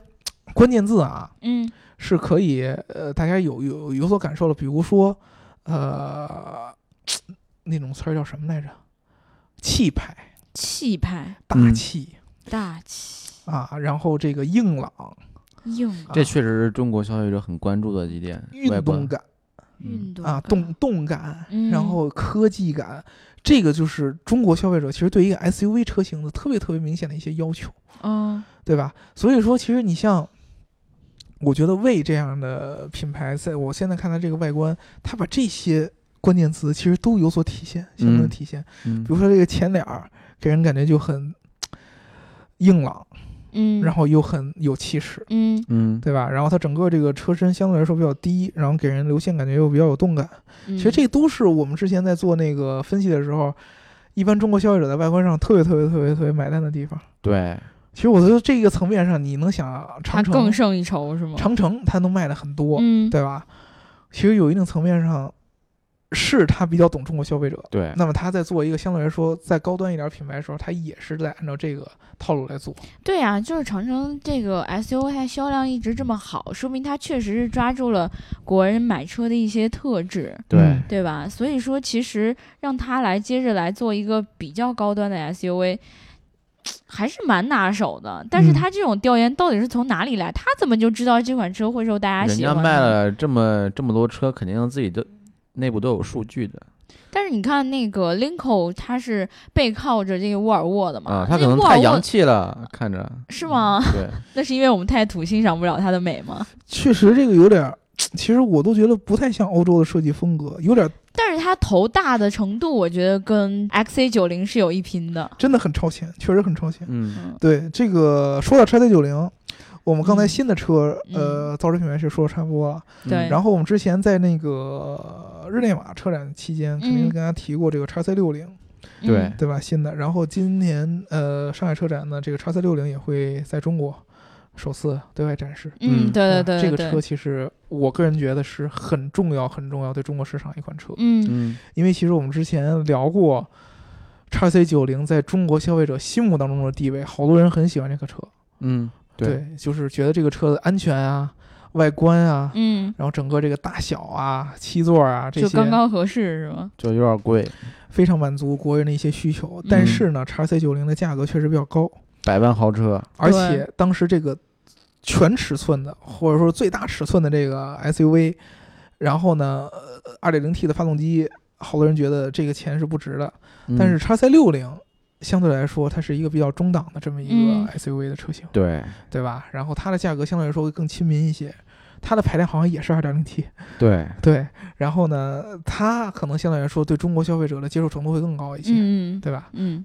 Speaker 2: 关键字啊，
Speaker 1: 嗯
Speaker 2: 是可以呃，大家有有有所感受了。比如说，呃，那种词儿叫什么来着？气派、
Speaker 1: 气派、
Speaker 2: 大
Speaker 3: 嗯
Speaker 2: 气、
Speaker 1: 大气、
Speaker 2: 啊，然后这个硬朗、啊
Speaker 1: 硬朗、
Speaker 3: 这确实是中国消费者很关注的一点，外
Speaker 2: 运
Speaker 3: 观
Speaker 2: 动感
Speaker 1: 运动
Speaker 2: 啊，
Speaker 1: 感
Speaker 2: 动动感，
Speaker 1: 嗯
Speaker 2: 然后科技感，这个就是中国消费者其实对一个 SUV 车型的特别特别明显的一些要求，
Speaker 1: 嗯
Speaker 2: 对吧？所以说，其实你像。我觉得魏这样的品牌，在我现在看它这个外观，它把这些关键词其实都有所体现，相应的
Speaker 3: 嗯
Speaker 2: 体现。
Speaker 3: 嗯
Speaker 2: 比如说这个前脸儿，给人感觉就很硬朗，
Speaker 1: 嗯，
Speaker 2: 然后又很有气势，
Speaker 1: 嗯
Speaker 3: 嗯，
Speaker 2: 对吧？然后它整个这个车身相对来说比较低，然后给人流线感觉又比较有动感。
Speaker 1: 嗯，
Speaker 2: 其实这都是我们之前在做那个分析的时候，一般中国消费者在外观上特别特别特别特别买单的地方。
Speaker 3: 对，
Speaker 2: 其实我觉得这个层面上，你能想
Speaker 1: 它
Speaker 2: 长
Speaker 1: 更
Speaker 2: 城，
Speaker 1: 胜一筹是吗？
Speaker 2: 长城它能卖的很多，
Speaker 1: 嗯，
Speaker 2: 对吧？其实有一定层面上，是它比较懂中国消费者，
Speaker 3: 对，
Speaker 2: 那么它在做一个相对来说再高端一点品牌的时候，它也是在按照这个套路来做。
Speaker 1: 对呀、就是长城这个 SUV 它销量一直这么好，说明它确实是抓住了国人买车的一些特质，
Speaker 3: 对，
Speaker 1: 对吧？所以说，其实让它来接着来做一个比较高端的 SUV。还是蛮拿手的，但是
Speaker 2: 嗯
Speaker 1: 它这种调研到底是从哪里来？他怎么就知道这款车会受大家
Speaker 3: 人
Speaker 1: 喜
Speaker 3: 家
Speaker 1: 欢呢？
Speaker 3: 卖了这么这么多车，肯定自己都内部都有数据的
Speaker 1: 但是你看那个 Lincoln，它是背靠着这个沃尔沃的嘛？
Speaker 3: 啊，他
Speaker 1: 这
Speaker 3: 可能
Speaker 1: 沃尔
Speaker 3: 太
Speaker 1: 沃
Speaker 3: 洋气了，看着
Speaker 1: 是吗？
Speaker 3: 对，
Speaker 1: 那是因为我们太土，欣赏不了它的美吗？
Speaker 2: 确实，这个有点儿，其实我都觉得不太像欧洲的设计风格，有点儿
Speaker 1: 但是它头大的程度，我觉得跟 XC 九零是有一拼的。
Speaker 2: 真的很超前，确实很超前。
Speaker 3: 嗯
Speaker 2: 对这个，说到叉 T 九零，我们刚才新的车，
Speaker 1: 嗯
Speaker 2: 呃，造车品牌是说的差不多了。
Speaker 1: 对
Speaker 2: 然后我们之前在那个呃日内瓦车展期间，肯定
Speaker 1: 嗯
Speaker 2: 跟大家提过这个叉 C 六零，
Speaker 3: 对
Speaker 1: 嗯
Speaker 2: 对吧？新的。然后今年呃上海车展呢，这个叉 C 六零也会在中国首次对外展示。
Speaker 1: 嗯，
Speaker 3: 嗯
Speaker 1: 对对
Speaker 2: 吧
Speaker 1: 对，
Speaker 2: 这
Speaker 1: 对
Speaker 2: 个车，其实我个人觉得是很重要、很重要对中国市场一款车，
Speaker 1: 嗯，
Speaker 3: 嗯
Speaker 2: 因为其实我们之前聊过，x C 九零在中国消费者心目当中的地位，好多人很喜欢这个车，
Speaker 3: 嗯，对，
Speaker 2: 就是觉得这个车的安全啊、外观啊，
Speaker 1: 嗯，
Speaker 2: 然后整个这个大小啊、七座啊这
Speaker 1: 就
Speaker 2: 些，
Speaker 1: 刚刚合适是吗？
Speaker 3: 就有点贵，
Speaker 2: 非常满足国人的一些需求。
Speaker 1: 嗯
Speaker 2: 但是呢，x C 九零的价格确实比较高，
Speaker 3: 百万豪车，
Speaker 2: 而且当时这个全尺寸的，或者说最大尺寸的这个 SUV，然后呢，二点零 T 的发动机，好多人觉得这个钱是不值的。
Speaker 3: 嗯
Speaker 2: 但是 x C 六零相对来说，它是一个比较中档的这么一
Speaker 1: 嗯
Speaker 2: 个 SUV 的车型，
Speaker 3: 对
Speaker 2: 对吧？然后它的价格相对来说会更亲民一些。它的排量好像也是二点零 T，
Speaker 3: 对，
Speaker 2: 对。然后呢，它可能相对来说对中国消费者的接受程度会更高一些，
Speaker 1: 嗯
Speaker 2: 对吧？
Speaker 1: 嗯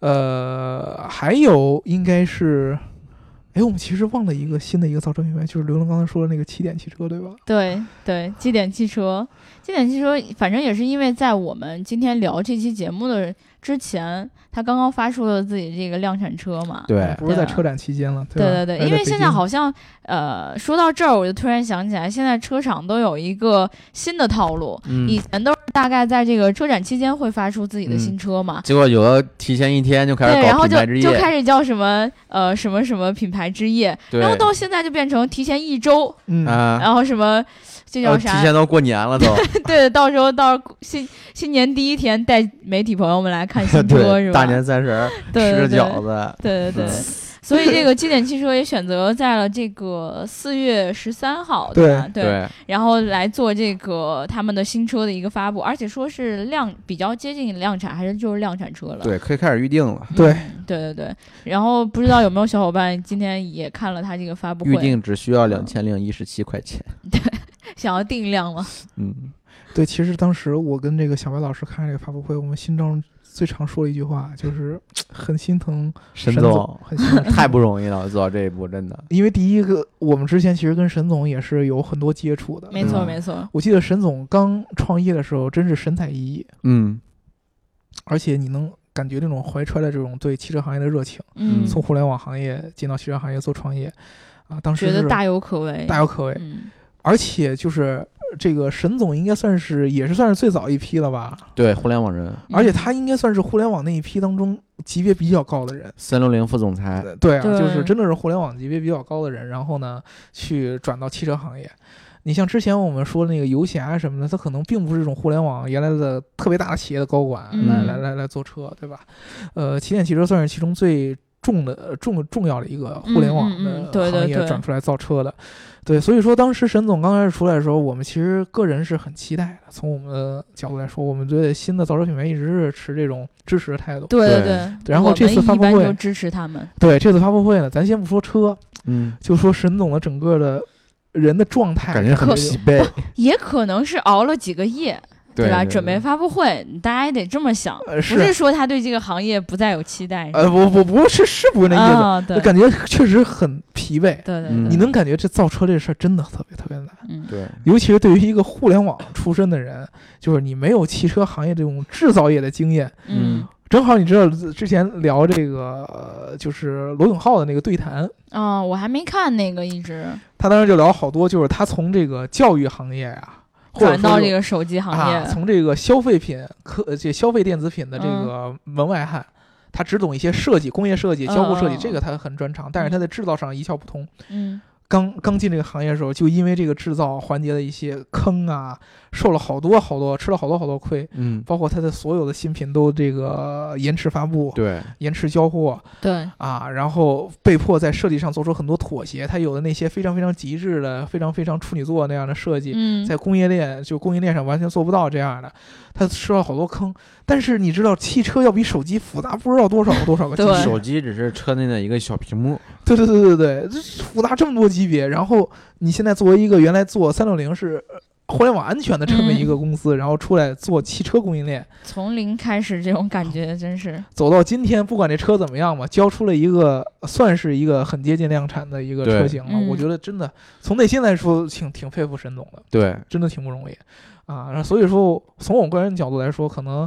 Speaker 2: 呃，还有应该是，哎，我们其实忘了一个新的一个造车品牌，就是刘能刚才说的那个起点汽车，对吧？
Speaker 1: 对对，基点汽车，基点汽车，反正也是因为在我们今天聊这期节目的之前，它刚刚发出了自己这个量产车嘛。
Speaker 3: 对，
Speaker 2: 不是
Speaker 1: 对
Speaker 2: 在
Speaker 1: 啊
Speaker 2: 车展期间了，吧？
Speaker 1: 对对
Speaker 2: 而
Speaker 1: 对，因
Speaker 2: 且
Speaker 1: 为
Speaker 2: 啊北
Speaker 1: 现在
Speaker 2: 京
Speaker 1: 好像呃，说到这儿，我就突然想起来，现在车厂都有一个新的套路，
Speaker 3: 嗯
Speaker 1: 以前都是大概在这个车展期间会发出自己的新车
Speaker 2: 嗯
Speaker 1: 嘛，
Speaker 3: 结果有的提前一天就开
Speaker 1: 对，
Speaker 3: 始
Speaker 1: 然
Speaker 3: 搞
Speaker 1: 后
Speaker 3: 品
Speaker 1: 就
Speaker 3: 牌之
Speaker 1: 就
Speaker 3: 夜，
Speaker 1: 开始叫什么呃什么什么品牌之夜，
Speaker 3: 对
Speaker 1: 然后到现在就变成提前一周，
Speaker 2: 嗯，
Speaker 3: 啊，
Speaker 1: 然后什么这叫
Speaker 3: 呃提
Speaker 1: 啥？
Speaker 3: 前都过年 了都，
Speaker 1: 对，到时候到新新年第一天带媒体朋友们来看新车是
Speaker 3: 对，
Speaker 1: 吧？
Speaker 3: 大年三十儿
Speaker 1: 对对
Speaker 3: 吃
Speaker 1: 对
Speaker 3: 饺子，
Speaker 1: 对 对对。所以这个基点汽车也选择在了这个四月十三号，吧？对，
Speaker 3: 对，
Speaker 1: 然后来做这个他们的新车的一个发布，而且说是量比较接近量产，还是就是量产车了。
Speaker 3: 对，可以开始预定了，
Speaker 2: 对
Speaker 1: 嗯对对对，然后不知道有没有小伙伴今天也看了他这个发 布
Speaker 3: 预
Speaker 1: 会，嗯
Speaker 3: 定只需要两千零一十七块 钱，
Speaker 1: 想要定量吗？
Speaker 3: 嗯，
Speaker 2: 对，其实当时我跟这个小白老师看这个发布会，我们心中最常说的一句话就是很心疼
Speaker 3: 沈
Speaker 2: 沈总
Speaker 3: 总，
Speaker 2: 很心疼沈
Speaker 3: 太
Speaker 2: 总
Speaker 3: 不容易了，做到这一步真的，
Speaker 2: 因为第一个，我们之前其实跟沈总也是有很多接触的，
Speaker 1: 没错、
Speaker 3: 嗯
Speaker 1: 没错，
Speaker 2: 我记得沈总刚创业的时候，真是神采奕奕，
Speaker 3: 嗯，
Speaker 2: 而且你能感觉这种怀揣着这种对汽车行业的热情，
Speaker 1: 嗯，
Speaker 2: 从互联网行业进到汽车行业做创业，啊，当时
Speaker 1: 觉
Speaker 2: 是
Speaker 1: 得大有可为，
Speaker 2: 大有可为。
Speaker 1: 嗯，
Speaker 2: 而且就是这个沈总应该算是也是算是最早一批了吧，
Speaker 3: 对，互联网人，
Speaker 1: 嗯
Speaker 2: 而且他应该算是互联网那一批当中级别比较高的人。
Speaker 3: 三六零副总裁，
Speaker 2: 呃对啊，
Speaker 1: 对
Speaker 2: 就是真的是互联网级别比较高的人，然后呢，去转到汽车行业。你像之前我们说那个游侠什么的，他可能并不是这种互联网原来的特别大的企业的高管来
Speaker 1: 嗯
Speaker 2: 来来来做车，对吧？呃，起点汽车算是其中最重的重重要的一个互联网
Speaker 1: 嗯嗯嗯
Speaker 2: 的
Speaker 1: 对对
Speaker 2: 行业
Speaker 1: 对
Speaker 2: 转出来造车的，对，所以说当时沈总刚开始出来的时候，我们其实个人是很期待的。从我们的角度来说，我们对新的造车品牌一直是持这种支持的态度。
Speaker 1: 对
Speaker 3: 对
Speaker 1: 对。
Speaker 2: 然后
Speaker 1: 我
Speaker 2: 这次
Speaker 1: 们
Speaker 2: 发
Speaker 1: 一
Speaker 2: 布
Speaker 1: 般
Speaker 2: 会
Speaker 1: 就支持他们，
Speaker 2: 对这次发布会呢，咱先不说车，
Speaker 3: 嗯，
Speaker 2: 就说沈总的整个的人的状态，
Speaker 3: 感觉很
Speaker 1: 可
Speaker 3: 疲惫，
Speaker 1: 也可能是熬了几个夜，
Speaker 3: 对
Speaker 1: 吧？
Speaker 3: 对
Speaker 1: 准备发布会，大家也得这么想，
Speaker 2: 呃
Speaker 1: 不
Speaker 2: 是
Speaker 1: 是说他对这个行业不再有期待，
Speaker 2: 呃不不不是是不是那意思，
Speaker 1: 啊，对
Speaker 2: 就
Speaker 1: 对
Speaker 2: 感觉确实很疲惫。
Speaker 1: 对，
Speaker 3: 嗯
Speaker 2: 你能感觉这造车这事儿真的特别特别难，
Speaker 1: 嗯，
Speaker 3: 对，
Speaker 2: 尤其是对于一个互联网出身的人，就是你没有汽车行业这种制造业的经验，
Speaker 1: 嗯
Speaker 2: 正好你知道之前聊这个呃就是罗永浩的那个对谈，
Speaker 1: 啊，我还没看那个一直
Speaker 2: 他当时就聊好多，就是他从这个教育行业呀、或者
Speaker 1: 转
Speaker 2: 说
Speaker 1: 到
Speaker 2: 是
Speaker 1: 这个手机行
Speaker 2: 啊，
Speaker 1: 业，
Speaker 2: 从这个消费品科呃这消费电子品的这
Speaker 1: 嗯
Speaker 2: 个门外汉，他只懂一些设计、工业设计、
Speaker 1: 嗯
Speaker 2: 交互设计，
Speaker 1: 嗯
Speaker 2: 这个他很专长，但是他在制造上一窍不通。
Speaker 1: 嗯
Speaker 2: 刚刚进这个行业的时候，就因为这个制造环节的一些坑啊，受了好多好多，吃了好多好多亏，
Speaker 3: 嗯，
Speaker 2: 包括他的所有的新品都这个延迟发布、
Speaker 3: 对，
Speaker 2: 延迟交货
Speaker 1: 对，
Speaker 2: 啊，然后被迫在设计上做出很多妥协。他有的那些非常非常极致的、非常非常处女座那样的设计，
Speaker 1: 嗯，
Speaker 2: 在供应链就供应链上完全做不到这样的，他吃了好多坑。但是你知道，汽车要比手机复杂不知道多少个 多少个级
Speaker 1: 对
Speaker 3: 手
Speaker 2: 别，
Speaker 3: 机只是车内的一个小屏幕，
Speaker 2: 对对对对对，这复杂这么多级别。然后你现在作为一个原来做三六零是呃互联网安全的这么
Speaker 1: 嗯
Speaker 2: 一个公司，然后出来做汽车供应链，
Speaker 1: 从零开始这种感觉真是，
Speaker 2: 走到今天，不管这车怎么样吧，交出了一个算是一个很接近量产的一个
Speaker 3: 对
Speaker 2: 车型了。
Speaker 1: 嗯
Speaker 2: 我觉得真的从内心来说，挺挺佩服沈总的。
Speaker 3: 对，
Speaker 2: 真的挺不容易啊。然后所以说，从我个人角度来说，可能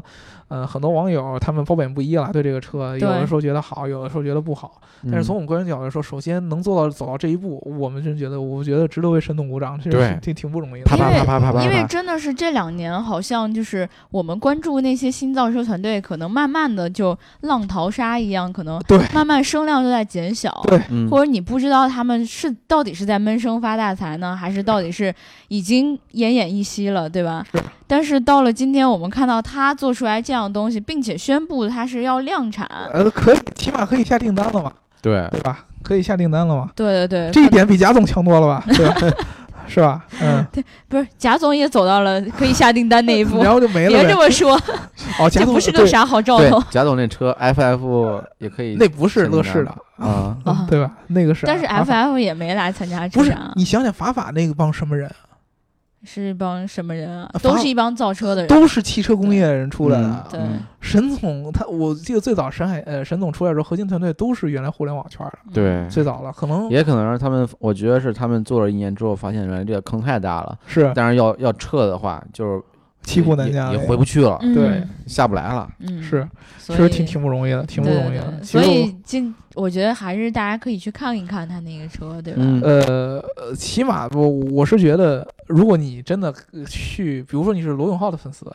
Speaker 2: 呃很多网友他们褒贬不一啦，对这个车，有的时候觉得好，有的时候觉得不好。
Speaker 3: 嗯
Speaker 2: 但是从我们个人角度来说，首先能做到走到这一步，我们真觉得，我觉得值得为沈总鼓掌，这
Speaker 3: 对
Speaker 2: 是挺挺不容易的。
Speaker 3: 啪啪啪啪啪啪，
Speaker 1: 因为
Speaker 3: 啪
Speaker 1: 真的是这两年好像就是我们关注那些新造车团队，可能慢慢的就浪淘沙一样，可能
Speaker 2: 对
Speaker 1: 慢慢声量就在减小。
Speaker 2: 对
Speaker 3: 嗯
Speaker 1: 或者你不知道他们是到底是在闷声发大财呢，还是到底是已经奄奄一息了，对吧
Speaker 2: 是？
Speaker 1: 但是到了今天，我们看到他做出来这样的东西，并且宣布他是要量产，
Speaker 2: 呃，可以，起码可以下订单了嘛，
Speaker 3: 对，
Speaker 2: 对吧？可以下订单了嘛，
Speaker 1: 对对
Speaker 2: 这
Speaker 1: 对，
Speaker 2: 一点比贾总强多了 吧？对吧？是吧？嗯，
Speaker 1: 不是贾总也走到了可以下订单那一步
Speaker 2: 然，后就呃没了
Speaker 1: 别这
Speaker 2: 呗。
Speaker 1: 么说，
Speaker 2: 哦，贾
Speaker 1: 这
Speaker 2: 总
Speaker 1: 不是个
Speaker 2: 对
Speaker 1: 啥好兆
Speaker 3: 对
Speaker 1: 头。，
Speaker 3: 贾总那车 FF 也可以，
Speaker 2: 那不是乐视的
Speaker 3: 啊，
Speaker 1: 啊
Speaker 2: 对吧？那个是
Speaker 1: 但是
Speaker 2: 阿尔法
Speaker 1: FF 也没来参加车
Speaker 2: 不是
Speaker 1: 展，
Speaker 2: 你想想法法那个帮什么人？
Speaker 1: 是一帮什么人啊
Speaker 2: 啊？
Speaker 1: 都
Speaker 2: 反
Speaker 1: 是一帮造车的人。
Speaker 2: 都是汽车工业人出来
Speaker 3: 嗯
Speaker 2: 的。
Speaker 1: 对
Speaker 3: 嗯
Speaker 2: 沈总他，我记得最早沈海呃沈总出来的时候，核心团队都是原来互联网圈
Speaker 1: 嗯
Speaker 2: 的，
Speaker 3: 对，
Speaker 2: 最早了，可能
Speaker 3: 嗯也可能是他们，我觉得是他们做了一年之后，发现原来这个坑太大了，
Speaker 2: 是
Speaker 3: 但是要要撤的话，就是
Speaker 2: 骑虎难
Speaker 3: 也
Speaker 2: 下
Speaker 3: 也
Speaker 2: 的，
Speaker 3: 回不去了，
Speaker 1: 嗯
Speaker 2: 啊对，
Speaker 3: 下不来了。
Speaker 1: 嗯，
Speaker 2: 是，
Speaker 1: 所
Speaker 2: 确
Speaker 1: 以，
Speaker 2: 实挺挺不容易的，挺不
Speaker 1: 对
Speaker 2: 容易
Speaker 1: 对
Speaker 2: 的。
Speaker 1: 对
Speaker 2: 其
Speaker 1: 所
Speaker 2: 实
Speaker 1: 以今我觉得还是大家可以去看一看他那个车，
Speaker 3: 啊
Speaker 1: 对吧？
Speaker 3: 嗯
Speaker 2: 我呃，呃起码我我是觉得，如果你真的呃去，比如说你是罗永浩的粉丝，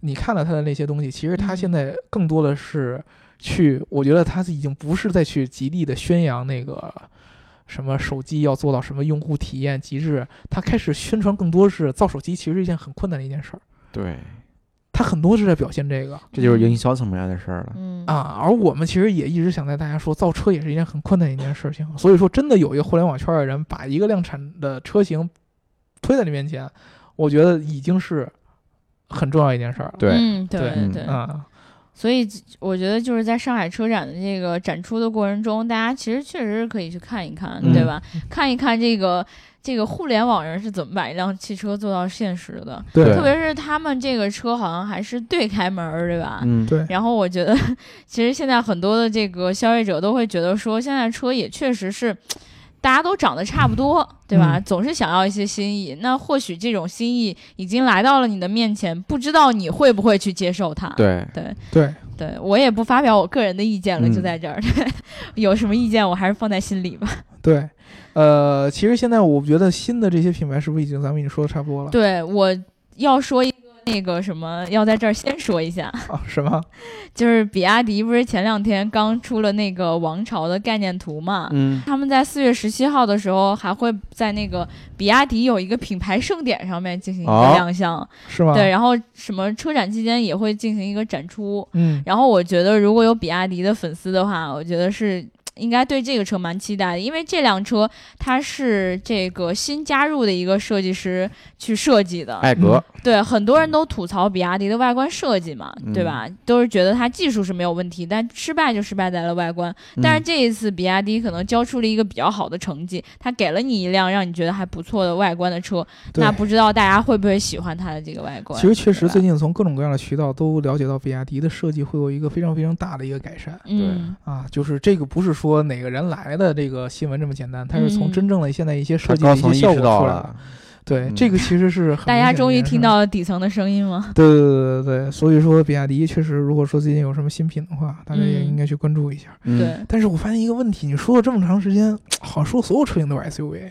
Speaker 2: 你看了他的那些东西，其实他
Speaker 1: 嗯
Speaker 2: 现在更多的是去，我觉得他是已经不是在去极力的宣扬那个什么手机要做到什么用户体验极致，他开始宣传更多是造手机，其实是一件很困难的一件事儿。
Speaker 3: 对，
Speaker 2: 他很多是在表现这个
Speaker 3: 这就是营销层面的事儿了。
Speaker 1: 嗯
Speaker 2: 啊，而我们其实也一直想带大家说，造车也是一件很困难的一件事情。所以说，真的有一个互联网圈的人把一个量产的车型推在你面前，我觉得已经是很重要一件事儿了。
Speaker 3: 对，
Speaker 1: 嗯，对
Speaker 2: 对
Speaker 1: 对
Speaker 3: 嗯
Speaker 2: 啊，
Speaker 1: 所以我觉得就是在上海车展的这个展出的过程中，大家其实确实是可以去看一看，
Speaker 2: 嗯
Speaker 1: 对吧？看一看这个这个互联网人是怎么把一辆汽车做到现实的，
Speaker 3: 对
Speaker 1: 特别是他们这个车好像还是对开门儿，对吧？
Speaker 3: 嗯，
Speaker 2: 对
Speaker 1: 然后我觉得，其实现在很多的这个消费者都会觉得说，现在车也确实是。大家都长得差不多，对吧？
Speaker 2: 嗯
Speaker 1: 总是想要一些新意，那或许这种
Speaker 3: 啊
Speaker 1: 新意已经来到了你的面前，不知道你会不会去接受它。
Speaker 3: 对，
Speaker 2: 对，
Speaker 1: 对我也不发表我个人的意见了，
Speaker 3: 嗯
Speaker 1: 就在这儿。 有什么意见，我还是放在心里吧。
Speaker 2: 对，呃，其实现在我觉得新的这些品牌是不是已经咱们已经说的差不多了
Speaker 1: 对，我要说一个那个什么，要在这儿先说一下，
Speaker 2: 啊？什么？
Speaker 1: 就是比亚迪不是前两天刚出了那个王朝的概念图嘛？
Speaker 3: 嗯，
Speaker 1: 他们在四月十七号的时候，还会在那个比亚迪有一个品牌盛典上面进行一个
Speaker 3: 哦
Speaker 1: 亮相，
Speaker 2: 是吗？
Speaker 1: 对，，然后什么车展期间也会进行一个展出。
Speaker 2: 嗯，
Speaker 1: 然后我觉得如果有比亚迪的粉丝的话，我觉得是应该对这个车蛮期待的，因为这辆车它是这个新加入的一个设计师去设计的。
Speaker 3: 艾格，
Speaker 1: 对，很多人都吐槽比亚迪的外观设计嘛，
Speaker 3: 嗯
Speaker 1: 对吧？都是觉得它技术是没有问题，但失败就失败在了外观。但是
Speaker 3: 嗯
Speaker 1: 这一次比亚迪可能交出了一个比较好的成绩，它给了你一辆让你觉得还不错的外观的车，
Speaker 2: 对
Speaker 1: 那不知道大家会不会喜欢它的这个外观？
Speaker 2: 其实确
Speaker 1: 对
Speaker 2: 实，
Speaker 1: 吧
Speaker 2: 最近从各种各样的渠道都了解到，比亚迪的设计会有一个非常非常大的一个改善
Speaker 1: 嗯，
Speaker 2: 啊，就是这个不是说哪个人来的这个新闻这么简单，它是从
Speaker 1: 嗯
Speaker 2: 真正的现在一些设
Speaker 3: 他
Speaker 2: 计的一
Speaker 3: 高
Speaker 2: 些
Speaker 3: 层意
Speaker 2: 效
Speaker 3: 识
Speaker 2: 果
Speaker 3: 到
Speaker 2: 出来了
Speaker 3: 了。，
Speaker 2: 对，
Speaker 3: 嗯
Speaker 2: 这个其实是很
Speaker 1: 大
Speaker 2: 明
Speaker 1: 家
Speaker 2: 显的
Speaker 1: 终
Speaker 2: 一
Speaker 1: 于
Speaker 2: 件
Speaker 1: 听
Speaker 2: 事儿。
Speaker 1: 到底层的声音吗？
Speaker 2: 对对对对对，所以说比亚迪确实，如果说最近有什么新品的话，大家也
Speaker 1: 嗯
Speaker 2: 应该去关注一下。
Speaker 3: 嗯，
Speaker 1: 对，
Speaker 2: 但是我发现一个问题，你说了这么长时间，好像说所有车型都是 SUV，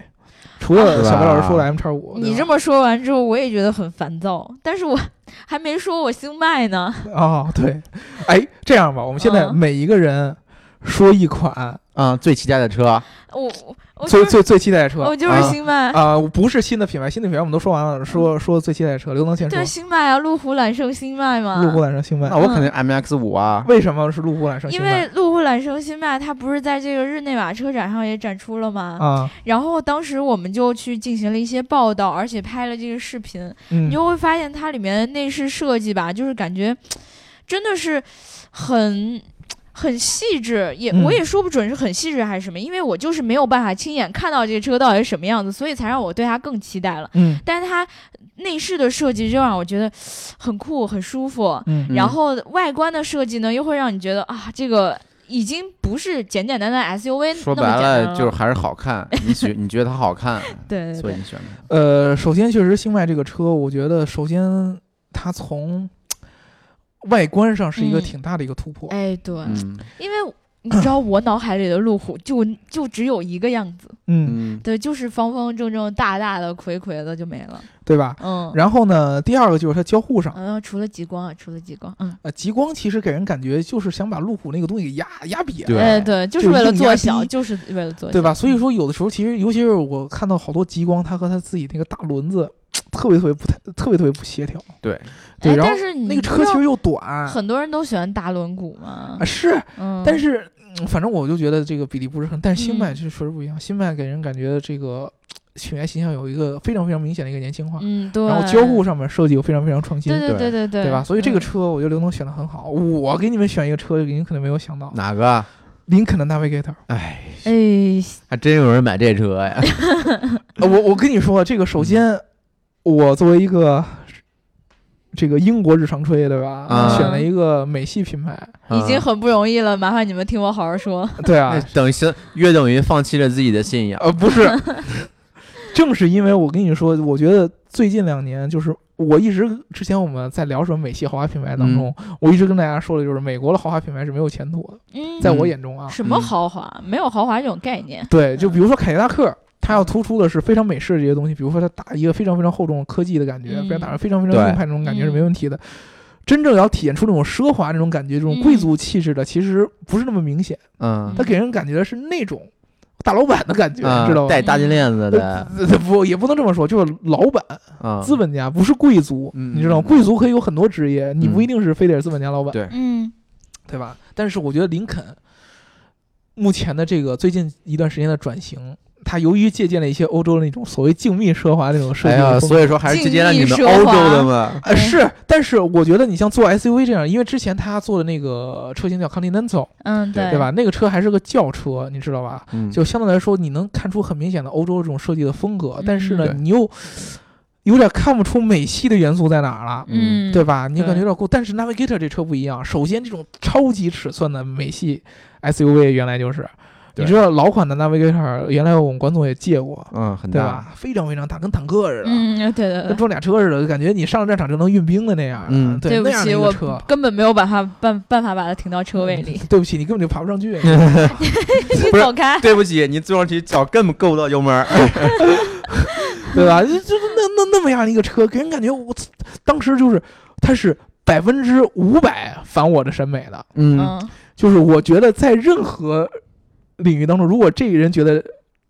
Speaker 2: 除了
Speaker 3: 是吧
Speaker 2: 小白老师说的 M 叉五，
Speaker 1: 你这么说完之后，我也觉得很烦躁，但是我还没说我星脉呢。
Speaker 2: 哦， 对，哎，这样吧，我们现在
Speaker 1: 嗯
Speaker 2: 每一个人说一款
Speaker 3: 啊，最期待的车，
Speaker 1: 我我
Speaker 2: 最
Speaker 1: 就是
Speaker 2: 最最期待的车
Speaker 1: 我就是
Speaker 3: 啊
Speaker 1: 星 脉，
Speaker 2: 啊，不是新的品牌，新的品牌我们都说完了，说说最期待的车，刘能先
Speaker 1: 嗯
Speaker 2: 说
Speaker 1: 对，星脉啊，路虎揽胜星脉嘛。
Speaker 2: 路虎揽胜星脉
Speaker 3: 那，我肯
Speaker 1: 嗯
Speaker 3: 定 MX 五啊，
Speaker 2: 为什么是路虎揽胜星
Speaker 1: 因
Speaker 2: 脉
Speaker 1: 为路虎揽胜新迈它不是在这个日内瓦车展上也展出了吗？
Speaker 2: 啊？
Speaker 1: 然后当时我们就去进行了一些报道，而且拍了这个视频，
Speaker 2: 嗯
Speaker 1: 你，就会发现它里面的内饰设计吧，就是感觉真的是很。很细致，也
Speaker 2: 嗯
Speaker 1: 我也说不准是很细致还是什么，因为我就是没有办法亲眼看到这个车到底是什么样子，所以才让我对它更期待了。
Speaker 2: 嗯
Speaker 1: 但是它内饰的设计就让我觉得很酷、很舒服，
Speaker 2: 嗯
Speaker 1: 然
Speaker 3: 嗯
Speaker 1: 后外观的设计呢，又会让你觉得啊，这个已经不是简简单单 SUV 那
Speaker 3: 说
Speaker 1: 么简
Speaker 3: 白
Speaker 1: 单
Speaker 3: 了就是
Speaker 1: 了
Speaker 3: 还是 好看，你觉你觉得它好看，
Speaker 1: 对对
Speaker 3: 所以
Speaker 1: 对，
Speaker 3: 你选它。
Speaker 2: 呃，首先确实星脉这个车，我觉得首先它从外观上是一个
Speaker 1: 嗯
Speaker 2: 挺大的一个突破，
Speaker 1: 哎对，
Speaker 3: 嗯
Speaker 1: 因为你知道我脑海里的路虎就就只有一个样子，
Speaker 2: 嗯，
Speaker 3: 嗯，
Speaker 1: 对，就是方方正正、大大的、魁魁的就没了，
Speaker 2: 对吧？
Speaker 1: 嗯。
Speaker 2: 然后呢，第二个就是它交互上，
Speaker 1: 嗯，除了极光啊，除了极光，嗯，
Speaker 2: 呃，极光其实给人感觉就是想把路虎那个东西给压压扁，
Speaker 3: 对
Speaker 1: 哎，对，就
Speaker 2: 就是
Speaker 1: 为了
Speaker 2: 硬
Speaker 1: 做
Speaker 2: 压
Speaker 1: 小，
Speaker 2: 低
Speaker 1: 就是为了做小，
Speaker 2: 对吧？所以
Speaker 1: 嗯，
Speaker 2: 说有的时候其实，尤其是我看到好多极光，它和它自己那个大轮子特别特别不太特别特别不协调，
Speaker 3: 对，
Speaker 2: 对
Speaker 1: 哎，
Speaker 2: 然
Speaker 1: 但
Speaker 2: 后
Speaker 1: 是你
Speaker 2: 那个
Speaker 1: 不
Speaker 2: 车
Speaker 1: 知
Speaker 2: 其
Speaker 1: 道
Speaker 2: 实又短，
Speaker 1: 很多人都喜欢大轮毂嘛
Speaker 2: 啊，是，
Speaker 1: 嗯，
Speaker 2: 但是。嗯反正我就觉得这个比例不是很，但是新迈
Speaker 1: 嗯
Speaker 2: 就确实不一样。新迈给人感觉这个品牌形象有一个非常非常明显的一个年轻化，
Speaker 1: 嗯，对，
Speaker 2: 然后交互上面设计又非常非常创新，
Speaker 1: 对对
Speaker 3: 对
Speaker 1: 对对，
Speaker 2: 对吧？所以这
Speaker 1: 嗯
Speaker 2: 个车我觉得刘能选的很好。我给你们选一个车，您可能没有想到，
Speaker 3: 哪个？
Speaker 2: 林肯的 Navigator。
Speaker 3: 哎，
Speaker 1: 哎，
Speaker 3: 还真有人买这车呀！
Speaker 2: 呃，我我跟你说，这个首先，我作为一个这个英国日常吹，对吧？
Speaker 3: 啊
Speaker 2: 选了一个美系品牌，
Speaker 1: 已经
Speaker 3: 啊
Speaker 1: 很不容易了，麻烦你们听我好好说。
Speaker 2: 对啊
Speaker 3: 那，嗯等于相约等于放弃了自己的信仰。
Speaker 2: 呃，不是， 正是因为我跟你说，我觉得最近两年就是。我一直之前我们在聊什么美系豪华品牌
Speaker 3: 嗯
Speaker 2: 当中，我一直跟大家说的就是美国的豪华品牌是没有前途的，
Speaker 1: 嗯
Speaker 2: 在我眼中啊，
Speaker 1: 什么豪华？没有豪华这种概念。
Speaker 2: 对，就比
Speaker 3: 嗯
Speaker 2: 如说凯迪拉克，它要突出的是非常美式的这些东西，比如说它打一个非常非常厚重的科技的感觉，
Speaker 1: 嗯
Speaker 2: 非常打上非常非常硬派那种感觉是没问题的。真正要体现出那种奢华、那种感觉、这种贵族气质的，其实不是那么明显。
Speaker 3: 嗯
Speaker 2: 它给人感觉是那种呃大老板的感觉，
Speaker 3: 啊
Speaker 2: 知道，吧
Speaker 3: 戴？大金链子的
Speaker 2: 呃 不，也不能这么说，就是老板、
Speaker 3: 啊，
Speaker 2: 呃资本家，不是贵族，
Speaker 3: 嗯
Speaker 2: 你知道吗？
Speaker 3: 嗯
Speaker 2: 贵族可以有很多职业，你不
Speaker 3: 嗯
Speaker 2: 一定是非得是资本家老板，
Speaker 3: 对
Speaker 1: 嗯
Speaker 2: 对吧？但是我觉得林肯目前的这个最近一段时间的转型，它由于借鉴了一些欧洲的那种所谓静谧奢华那种设
Speaker 3: 哎
Speaker 2: 计
Speaker 3: 呀，
Speaker 2: 的风格，
Speaker 3: 所以说还是直接让你们欧洲的 嘛。
Speaker 2: 呃是，但是我觉得你像做 SUV 这样，因为之前他做的那个车型叫 Continental，
Speaker 1: 嗯，
Speaker 3: 对
Speaker 2: 对吧？那个车还是个轿车，你知道吧？
Speaker 3: 嗯
Speaker 2: 就相对来说，你能看出很明显的欧洲这种设计的风格
Speaker 1: 嗯，
Speaker 2: 但是呢，
Speaker 3: 对
Speaker 2: 你又有点看不出美系的元素在哪儿了。
Speaker 1: 嗯，
Speaker 2: 对？吧？你
Speaker 1: 对
Speaker 2: 感觉有点酷，但是 Navigator 这车不一样。首先，这种超级尺寸的美系 SUV 原来就是，你
Speaker 3: 对
Speaker 2: 知道老款的 Navigator，原来我们管总也借过，
Speaker 3: 嗯，很
Speaker 2: 对
Speaker 3: 大，
Speaker 2: 吧？非常非常大，跟坦克似的，
Speaker 1: 嗯，对对
Speaker 2: 跟
Speaker 1: 对，
Speaker 2: 装俩车似的，感觉你上了战场就能运兵的那样。啊
Speaker 3: 嗯
Speaker 2: 对，
Speaker 1: 不
Speaker 2: 那样的
Speaker 1: 起，
Speaker 2: 一
Speaker 1: 我
Speaker 2: 个车。嗯
Speaker 1: 根本没有把它办办法把它停到车位里，
Speaker 2: 对不起，你根本就爬不上 去。嗯
Speaker 1: 你走开。
Speaker 3: 对不起，你坐上去脚根本够不到油门儿。
Speaker 2: 对吧？就就是那那那么样一个车，给人感觉我操当时就是它是百分之五百反我的审美的，
Speaker 3: 嗯，
Speaker 1: 嗯，
Speaker 2: 就是我觉得在任何领域当中，如果这个人觉得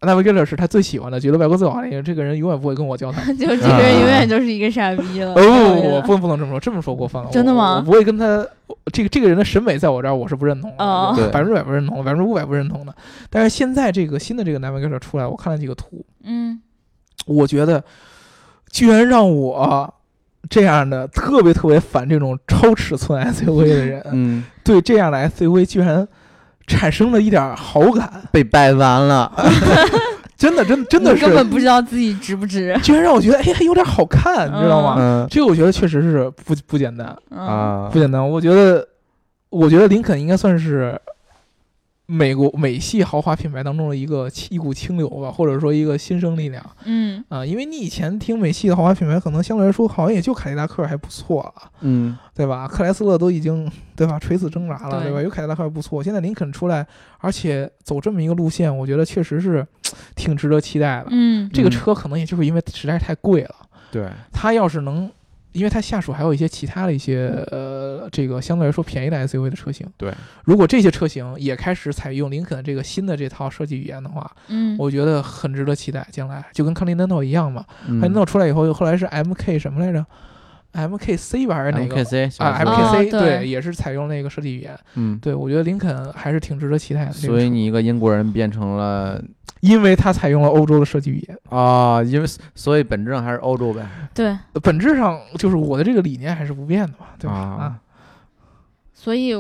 Speaker 2: 呃 Navigator 是他最喜欢的，觉得外国最好的那个，这个人永远不会跟我交谈。
Speaker 1: 嗯 就这个人永远就是一个傻逼了。
Speaker 2: 哦，
Speaker 1: 我
Speaker 2: 不
Speaker 1: 觉得
Speaker 2: 我不不能这么说，这么说过分了。
Speaker 1: 真的
Speaker 2: 我
Speaker 1: 吗
Speaker 2: 我不会跟他，这个这个人的审美在我这儿我是不认同
Speaker 1: 哦
Speaker 2: 的，百
Speaker 3: 对
Speaker 2: 分之百不认同，百分之五百不认同的。但是现在这个新的这个 Navigator 出来，我看了几个图，
Speaker 1: 嗯，
Speaker 2: 我觉得，居然让我这样的特别特别烦这种超尺寸 SUV 的人，
Speaker 3: 嗯，
Speaker 2: 对这样的 SUV 居然产生了一点好感，
Speaker 3: 被掰弯了。
Speaker 2: 真的，真的真的
Speaker 1: 你根
Speaker 2: 是，
Speaker 1: 本不知道自己值不值。
Speaker 2: 居然让我觉得，哎，还有点好看，你知道吗？
Speaker 3: 嗯
Speaker 2: 这个我觉得确实是不不简单，
Speaker 1: 嗯，
Speaker 3: 啊
Speaker 2: 不，简单。我觉得，我觉得林肯应该算是。美国美系豪华品牌当中的一个一股清流吧，或者说一个新生力量，
Speaker 1: 嗯，
Speaker 2: 啊，因为你以前听美系的豪华品牌，可能相对来说好像也就凯迪拉克还不错了，
Speaker 3: 嗯
Speaker 2: 对吧？克莱斯勒都已经对吧垂死挣扎了，
Speaker 1: 对
Speaker 2: 对吧？有凯迪拉克还不错，现在林肯出来，而且走这么一个路线，我觉得确实是挺值得期待的。
Speaker 1: 嗯，
Speaker 2: 这个
Speaker 3: 嗯
Speaker 2: 车可能也就是因为实在是太贵了，
Speaker 3: 对，
Speaker 2: 它要是能。因为它下属还有一些其他的一些呃，这个相对来说便宜的 SUV 的车型。
Speaker 3: 对，
Speaker 2: 如果这些车型也开始采用林肯的这个新的这套设计语言的话，
Speaker 1: 嗯，
Speaker 2: 我觉得很值得期待。将来就跟 Continental 一样嘛，
Speaker 3: 嗯
Speaker 2: 还弄出来以后，后来是 MK 什么来着？MKC 吧还是哪个？
Speaker 3: MKC 小
Speaker 2: 啊
Speaker 3: 车
Speaker 2: ，MKC
Speaker 1: 哦对
Speaker 2: 对，也是采用那个设计语言。
Speaker 3: 嗯，
Speaker 2: 对，我觉得林肯还是挺值得期待的。这个
Speaker 3: 所以
Speaker 2: 车
Speaker 3: 你一个英国人变成了
Speaker 2: 因为它采用了欧洲的设计语言，
Speaker 3: 啊，因为所以本质上还是欧洲呗。
Speaker 1: 对，
Speaker 2: 呃本质上就是我的这个理念还是不变的嘛，对吧？啊
Speaker 3: 啊，
Speaker 1: 所以，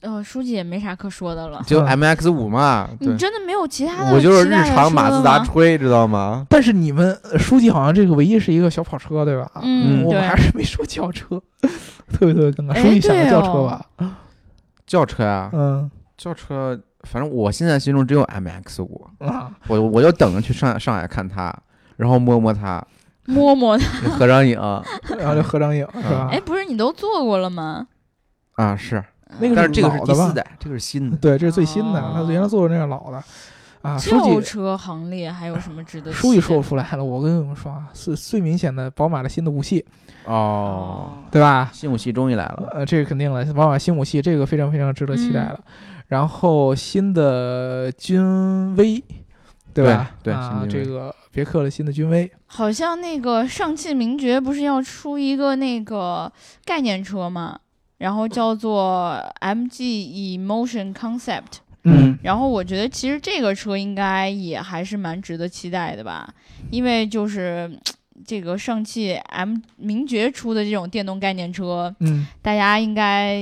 Speaker 1: 呃，书记也没啥可说的了。
Speaker 3: 就 MX 五嘛，对
Speaker 1: 你，真的没有其他的
Speaker 3: 我就是
Speaker 1: 期
Speaker 3: 日
Speaker 1: 待的车
Speaker 3: 常马自达
Speaker 1: 了吗
Speaker 3: 吹，知道吗？
Speaker 2: 但是你们呃书记好像这个唯一是一个小跑车，对吧？
Speaker 1: 嗯
Speaker 3: 嗯
Speaker 2: 我
Speaker 1: 对
Speaker 2: 们还是没说轿车， 特别特别尴尬。
Speaker 1: 哎
Speaker 2: 书记想
Speaker 1: 对哦
Speaker 2: 的轿车吧？
Speaker 3: 轿车啊，
Speaker 2: 嗯
Speaker 3: 轿车，反正我现在心中只有 MX 五，
Speaker 2: 啊，
Speaker 3: 我我就等着去上上海看它，然后摸摸它，
Speaker 1: 摸摸
Speaker 2: 啊
Speaker 1: 它。
Speaker 3: 合张 影
Speaker 2: 然后就合张影是吧
Speaker 1: 哎，？不是你都坐过了吗？
Speaker 3: 啊，是，
Speaker 2: 那个
Speaker 3: 但是这个是
Speaker 2: 老
Speaker 3: 第
Speaker 2: 的吧
Speaker 3: 四代，这个是新的，
Speaker 2: 对，这是最新的，
Speaker 1: 哦
Speaker 2: 他原来做的那个老的啊。书记
Speaker 1: 轿车行列还有什么值得？
Speaker 2: 书也说不，出来了，我跟你们说啊，是最明显的宝马的新的五系，
Speaker 3: 哦，
Speaker 2: 对吧？
Speaker 3: 新武器终于来了，
Speaker 2: 呃，这个肯定了，宝马新五系这个非常非常值得期待
Speaker 1: 嗯
Speaker 2: 了。然后新的君威，对吧？
Speaker 3: 对对
Speaker 2: 啊，
Speaker 3: 新君
Speaker 2: 这
Speaker 3: 威
Speaker 2: 个别克的新的君威，
Speaker 1: 好像那个上汽名爵不是要出一个那个概念车吗？然
Speaker 3: 嗯
Speaker 1: 后叫做 MG Emotion Concept，
Speaker 3: 嗯
Speaker 1: 然后我觉得其实这个车应该也还是蛮值得期待的吧，因为就是嗯这个上汽 M 名爵出的这种电动概念车，
Speaker 2: 嗯，
Speaker 1: 大家应该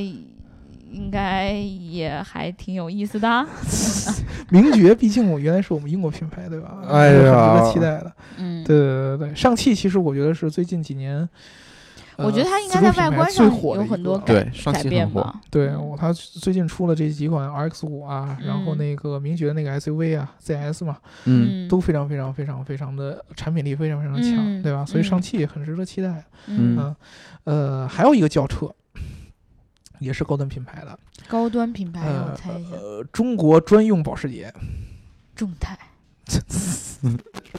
Speaker 1: 应该也还挺有意思的 啊。
Speaker 2: 嗯名爵，毕竟我原来是我们英国品牌，对吧？
Speaker 3: 哎
Speaker 2: 很值
Speaker 3: 呀
Speaker 2: 得期待的。
Speaker 1: 嗯，
Speaker 2: 对对对对对，上汽其实我觉得是最近几年，呃
Speaker 1: 我觉得它应该在
Speaker 2: 自主品
Speaker 1: 外
Speaker 2: 牌
Speaker 1: 观
Speaker 2: 最
Speaker 1: 上
Speaker 2: 火的
Speaker 1: 有
Speaker 2: 一
Speaker 1: 很
Speaker 2: 个
Speaker 1: 多
Speaker 2: 了
Speaker 1: 改
Speaker 3: 对，上
Speaker 1: 改
Speaker 3: 汽
Speaker 1: 变
Speaker 3: 很火，
Speaker 1: 吧。
Speaker 2: 对
Speaker 1: 嗯
Speaker 2: 我，它最近出了这几款 RX 五啊，然后
Speaker 1: 嗯
Speaker 2: 那个名爵的那个 SUV 啊，ZS 嘛，
Speaker 3: 嗯，
Speaker 1: 嗯，
Speaker 2: 都非常非常非常非常的产品力非常非常强，
Speaker 1: 嗯
Speaker 2: 对吧？所以上
Speaker 1: 嗯
Speaker 2: 汽也很值得期待。
Speaker 1: 嗯
Speaker 3: 嗯
Speaker 2: 啊呃，还有一个轿车，也是高端品牌的，
Speaker 1: 高端品牌，让我
Speaker 2: 呃
Speaker 1: 猜一下，
Speaker 2: 呃，中国专用保时捷，
Speaker 1: 众泰
Speaker 2: 是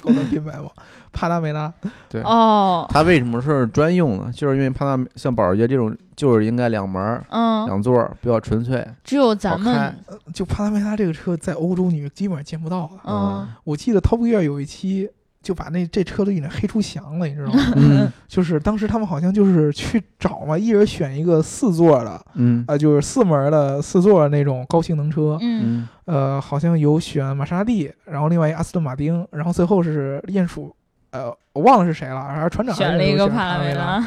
Speaker 2: 高端品牌吗？帕拉梅拉，
Speaker 3: 对
Speaker 1: 哦，
Speaker 3: 它为什么是专用呢？就是因为帕萨像保时捷这种，就是应该两门儿
Speaker 1: 嗯，
Speaker 3: 两座儿，比较纯粹，
Speaker 1: 只有咱
Speaker 3: 好
Speaker 1: 们
Speaker 3: 看
Speaker 2: 呃就帕拉梅拉这个车在欧洲你基本上见不到的。
Speaker 1: 嗯
Speaker 3: 啊
Speaker 2: 我记得 Top Gear 有一期就把那这车都已经黑出翔了，你知 道吗？
Speaker 3: 嗯
Speaker 2: 就是当时他们好像就是去找嘛，一人选一个四座的，
Speaker 3: 嗯
Speaker 2: 啊，就是四门儿的四座儿那种高性能车，
Speaker 1: 嗯
Speaker 3: 嗯
Speaker 2: 呃，好像有选玛莎拉蒂，然后另外一阿斯顿马丁，然后最后是鼹鼠，呃，我忘了是谁了，还是船嗯长还
Speaker 1: 选
Speaker 2: 是
Speaker 1: 了一
Speaker 2: 谁
Speaker 1: 个
Speaker 2: 选
Speaker 1: 帕拉梅
Speaker 2: 梅
Speaker 1: 拉，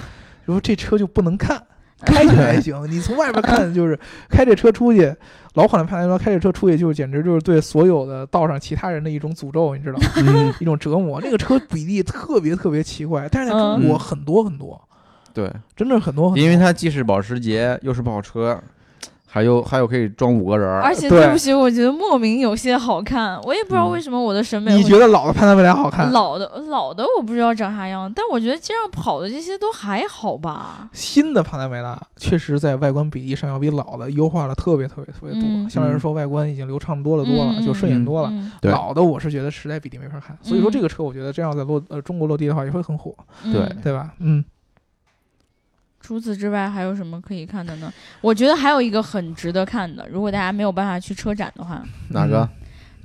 Speaker 2: 就说这车就不能 看，开起来还行，你从外边看就是开这车出去，老款的帕拉梅拉开这车出去就是简直就是对所有的道上其他人的一种诅咒，你知 道吗？
Speaker 3: 嗯，
Speaker 2: 一种折磨。那个车比例特别特别奇怪，但是在中国
Speaker 3: 嗯
Speaker 2: 很多很多，
Speaker 3: 对，
Speaker 2: 真的是很多很多。
Speaker 3: 因为它既是保时捷，又是跑车，还有还有可以装五个人儿，
Speaker 1: 而且对不起，我觉得莫名有些好看，我也不知道为什么我的审美
Speaker 2: 嗯你
Speaker 1: 会
Speaker 2: 觉得老的潘达未来好看，
Speaker 1: 老的老的我不知道长啥样，但我觉得街上跑的这些都还好吧。
Speaker 2: 新的帕拉梅拉确实在外观比例上要比老的优化了特别特别特别多。
Speaker 1: 嗯
Speaker 2: 相对来说，外观已经流畅多了多了，
Speaker 1: 嗯
Speaker 2: 就顺眼多了。
Speaker 1: 嗯
Speaker 3: 对
Speaker 2: 老的我是觉得实在比例没法看，所以说这个车我觉得这样在落呃中国落地的话也会很火，
Speaker 1: 嗯
Speaker 3: 对
Speaker 1: 嗯
Speaker 2: 对吧？嗯，
Speaker 1: 除此之外还有什么可以看的呢？我觉得还有一个很值得看的，如果大家没有办法去车展的话，
Speaker 3: 哪个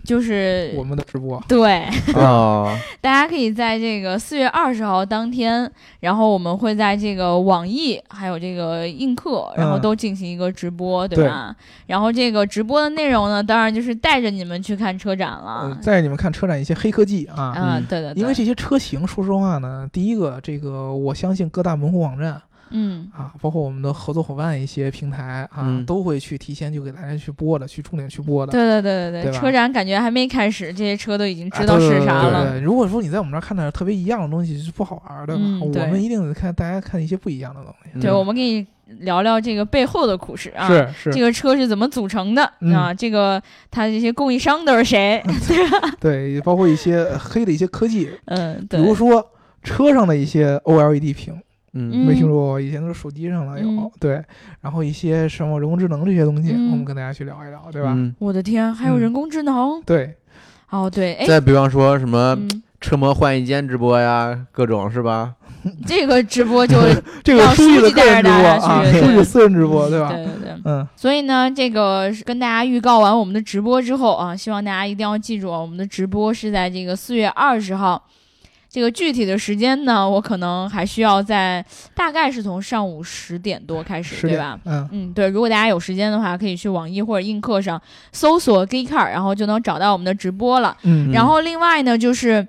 Speaker 1: 就是
Speaker 2: 我们的直播
Speaker 1: 对，
Speaker 3: 啊？
Speaker 1: 大家可以在这个四月二十号当天，然后我们会在这个网易还有这个映客，然后
Speaker 2: 嗯
Speaker 1: 都进行一个直播，对吧？然后这个直播的内容呢，当然就是带着你们去看车展
Speaker 2: 呃
Speaker 1: 了。
Speaker 2: 带你们看车展一些黑科技啊，
Speaker 1: 啊，
Speaker 3: 嗯
Speaker 1: 对对对，
Speaker 2: 因为这些车型，说实话呢，第一个，这个我相信各大门户网站
Speaker 1: 嗯
Speaker 2: 啊，包括我们的合作伙伴一些平台啊，
Speaker 3: 嗯
Speaker 2: 都会去提前就给大家去播的，去重点去播的。
Speaker 1: 对对对对
Speaker 2: 对吧
Speaker 1: 车展感觉还没开始，这些车都已经知道
Speaker 2: 啊对
Speaker 1: 是啥
Speaker 2: 对
Speaker 1: 了。
Speaker 2: 对对如果说你在我们这儿看到特别一样的东西，是不好玩儿的嘛。
Speaker 1: 嗯对
Speaker 2: 我们一定得看大家看一些不一样的东西。
Speaker 3: 嗯
Speaker 1: 对我们给你聊聊这个背后的故事啊。
Speaker 2: 是是，
Speaker 1: 这个车是怎么组成的、
Speaker 2: 嗯
Speaker 1: 啊？这个它这些供应商都是谁？
Speaker 2: 对，包括一些呃黑的一些科技，
Speaker 1: 嗯，
Speaker 2: 比
Speaker 1: 对，
Speaker 2: 如说车上的一些 OLED 屏，
Speaker 3: 嗯
Speaker 2: 没
Speaker 1: 嗯
Speaker 2: 听说过，以前都是手机上的有。
Speaker 1: 嗯
Speaker 2: 对，然后一些什么人工智能这些东西，
Speaker 1: 嗯
Speaker 2: 我们跟大家去聊一聊，对吧？
Speaker 3: 嗯
Speaker 1: 我的天，还有
Speaker 2: 嗯
Speaker 1: 人工智能、
Speaker 2: 对，
Speaker 1: 哦，对，哎，
Speaker 3: 再比方说什
Speaker 2: 呃
Speaker 3: 么
Speaker 1: 嗯，
Speaker 3: 车模换一间直播呀，各种是吧？
Speaker 1: 这个直播就
Speaker 2: 这个
Speaker 1: 让
Speaker 2: 书记
Speaker 1: 书
Speaker 2: 的
Speaker 1: 记
Speaker 2: 个
Speaker 1: 带着
Speaker 2: 人直播
Speaker 1: 大家
Speaker 2: 啊，
Speaker 1: 去
Speaker 2: 书记
Speaker 1: 对
Speaker 2: 私人 直播，对吧？
Speaker 1: 对对对。
Speaker 2: 嗯，
Speaker 1: 所以呢，这个是跟大家预告完我们的直播之后啊，希望大家一定要记住啊，我们的直播是在这个四月二十号。这个具体的时间呢，我可能还需要在大概是从上午十点多开始，
Speaker 2: 十
Speaker 1: 对
Speaker 2: 点
Speaker 1: 吧？？
Speaker 2: 嗯，
Speaker 1: 嗯，对，如果大家有时间的话，可以去网易或者映客上搜索 Geek Car，然后就能找到我们的直播了。
Speaker 2: 嗯
Speaker 1: 然后另外呢，就是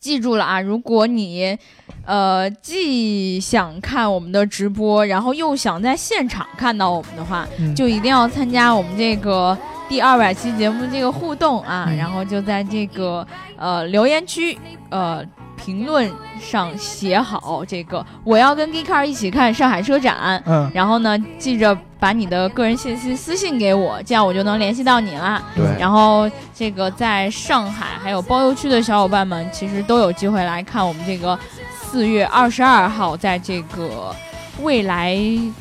Speaker 1: 记住了啊，如果你呃既想看我们的直播，然后又想在现场看到我们的话，
Speaker 2: 嗯
Speaker 1: 就一定要参加我们这个第二百期节目的这个互动啊，
Speaker 2: 嗯
Speaker 1: 然后就在这个呃留言区呃。评论上写好这个，我要跟 Geek Car 一起看上海车展，
Speaker 2: 嗯，
Speaker 1: 然后呢，记着把你的个人信息私信给我，这样我就能联系到你啦。
Speaker 3: 对
Speaker 2: 哎
Speaker 1: 然后这个在上海还有包邮区的小伙伴们，其实都有机会来看我们这个四月二十二号在这个未来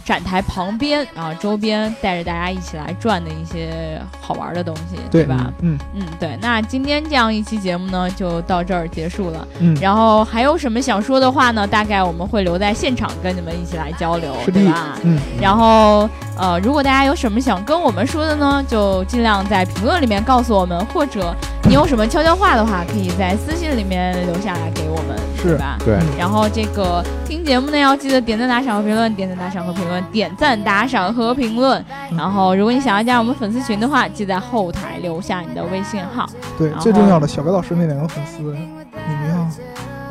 Speaker 1: 展台旁边啊周边，带着大家一起来转的一些好玩的东西，
Speaker 2: 对
Speaker 1: 吧？？
Speaker 2: 嗯
Speaker 1: 嗯，对。那今天这样一期节目呢，就到这儿结束了。
Speaker 2: 嗯，
Speaker 1: 然后还有什么想说的话呢？大概我们会留在现场跟你们一起来交流，
Speaker 2: 是的
Speaker 1: 对吧？
Speaker 2: 嗯，
Speaker 1: 然后，呃，如果大家有什么想跟我们说的呢，就尽量在评论里面告诉我们，或者你有什么悄悄话的话，可以在私信里面留下来给我们，
Speaker 2: 是
Speaker 1: 对吧？
Speaker 3: 对
Speaker 1: 然后这个听节目呢，要记得点赞、打赏和评论，点赞、打赏和评论，点赞、打赏和评论。然
Speaker 2: 嗯
Speaker 1: 后，如果你想要加我们粉丝群的话，记得在后台留下你的微信号。
Speaker 2: 对，
Speaker 1: 然后
Speaker 2: 最重要的，小白老师那两个粉丝，你们要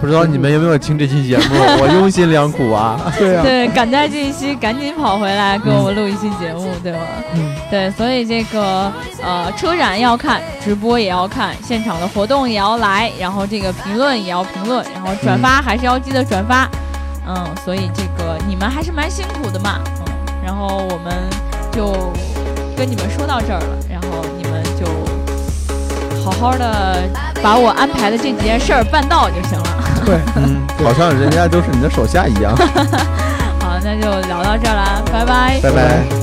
Speaker 3: 不知道你们有没有听这期节目？我用心良苦啊！
Speaker 2: 对啊，
Speaker 1: 对，赶在这一期赶紧跑回来给我们录一期节目，对吗？
Speaker 2: 嗯，
Speaker 1: 对，所以这个呃，车展要看，直播也要看，现场的活动也要来，然后这个评论也要评论，然后转发还是要记得转发。嗯，所以这个你们还是蛮辛苦的嘛。嗯，然后我们就跟你们说到这儿了，然后你们就好好的把我安排的这几件事儿办到就行了。
Speaker 2: 对，
Speaker 3: 嗯，好像人家都是你的手下一样。
Speaker 1: 好，那就聊到这儿啦，拜拜。
Speaker 3: 拜拜。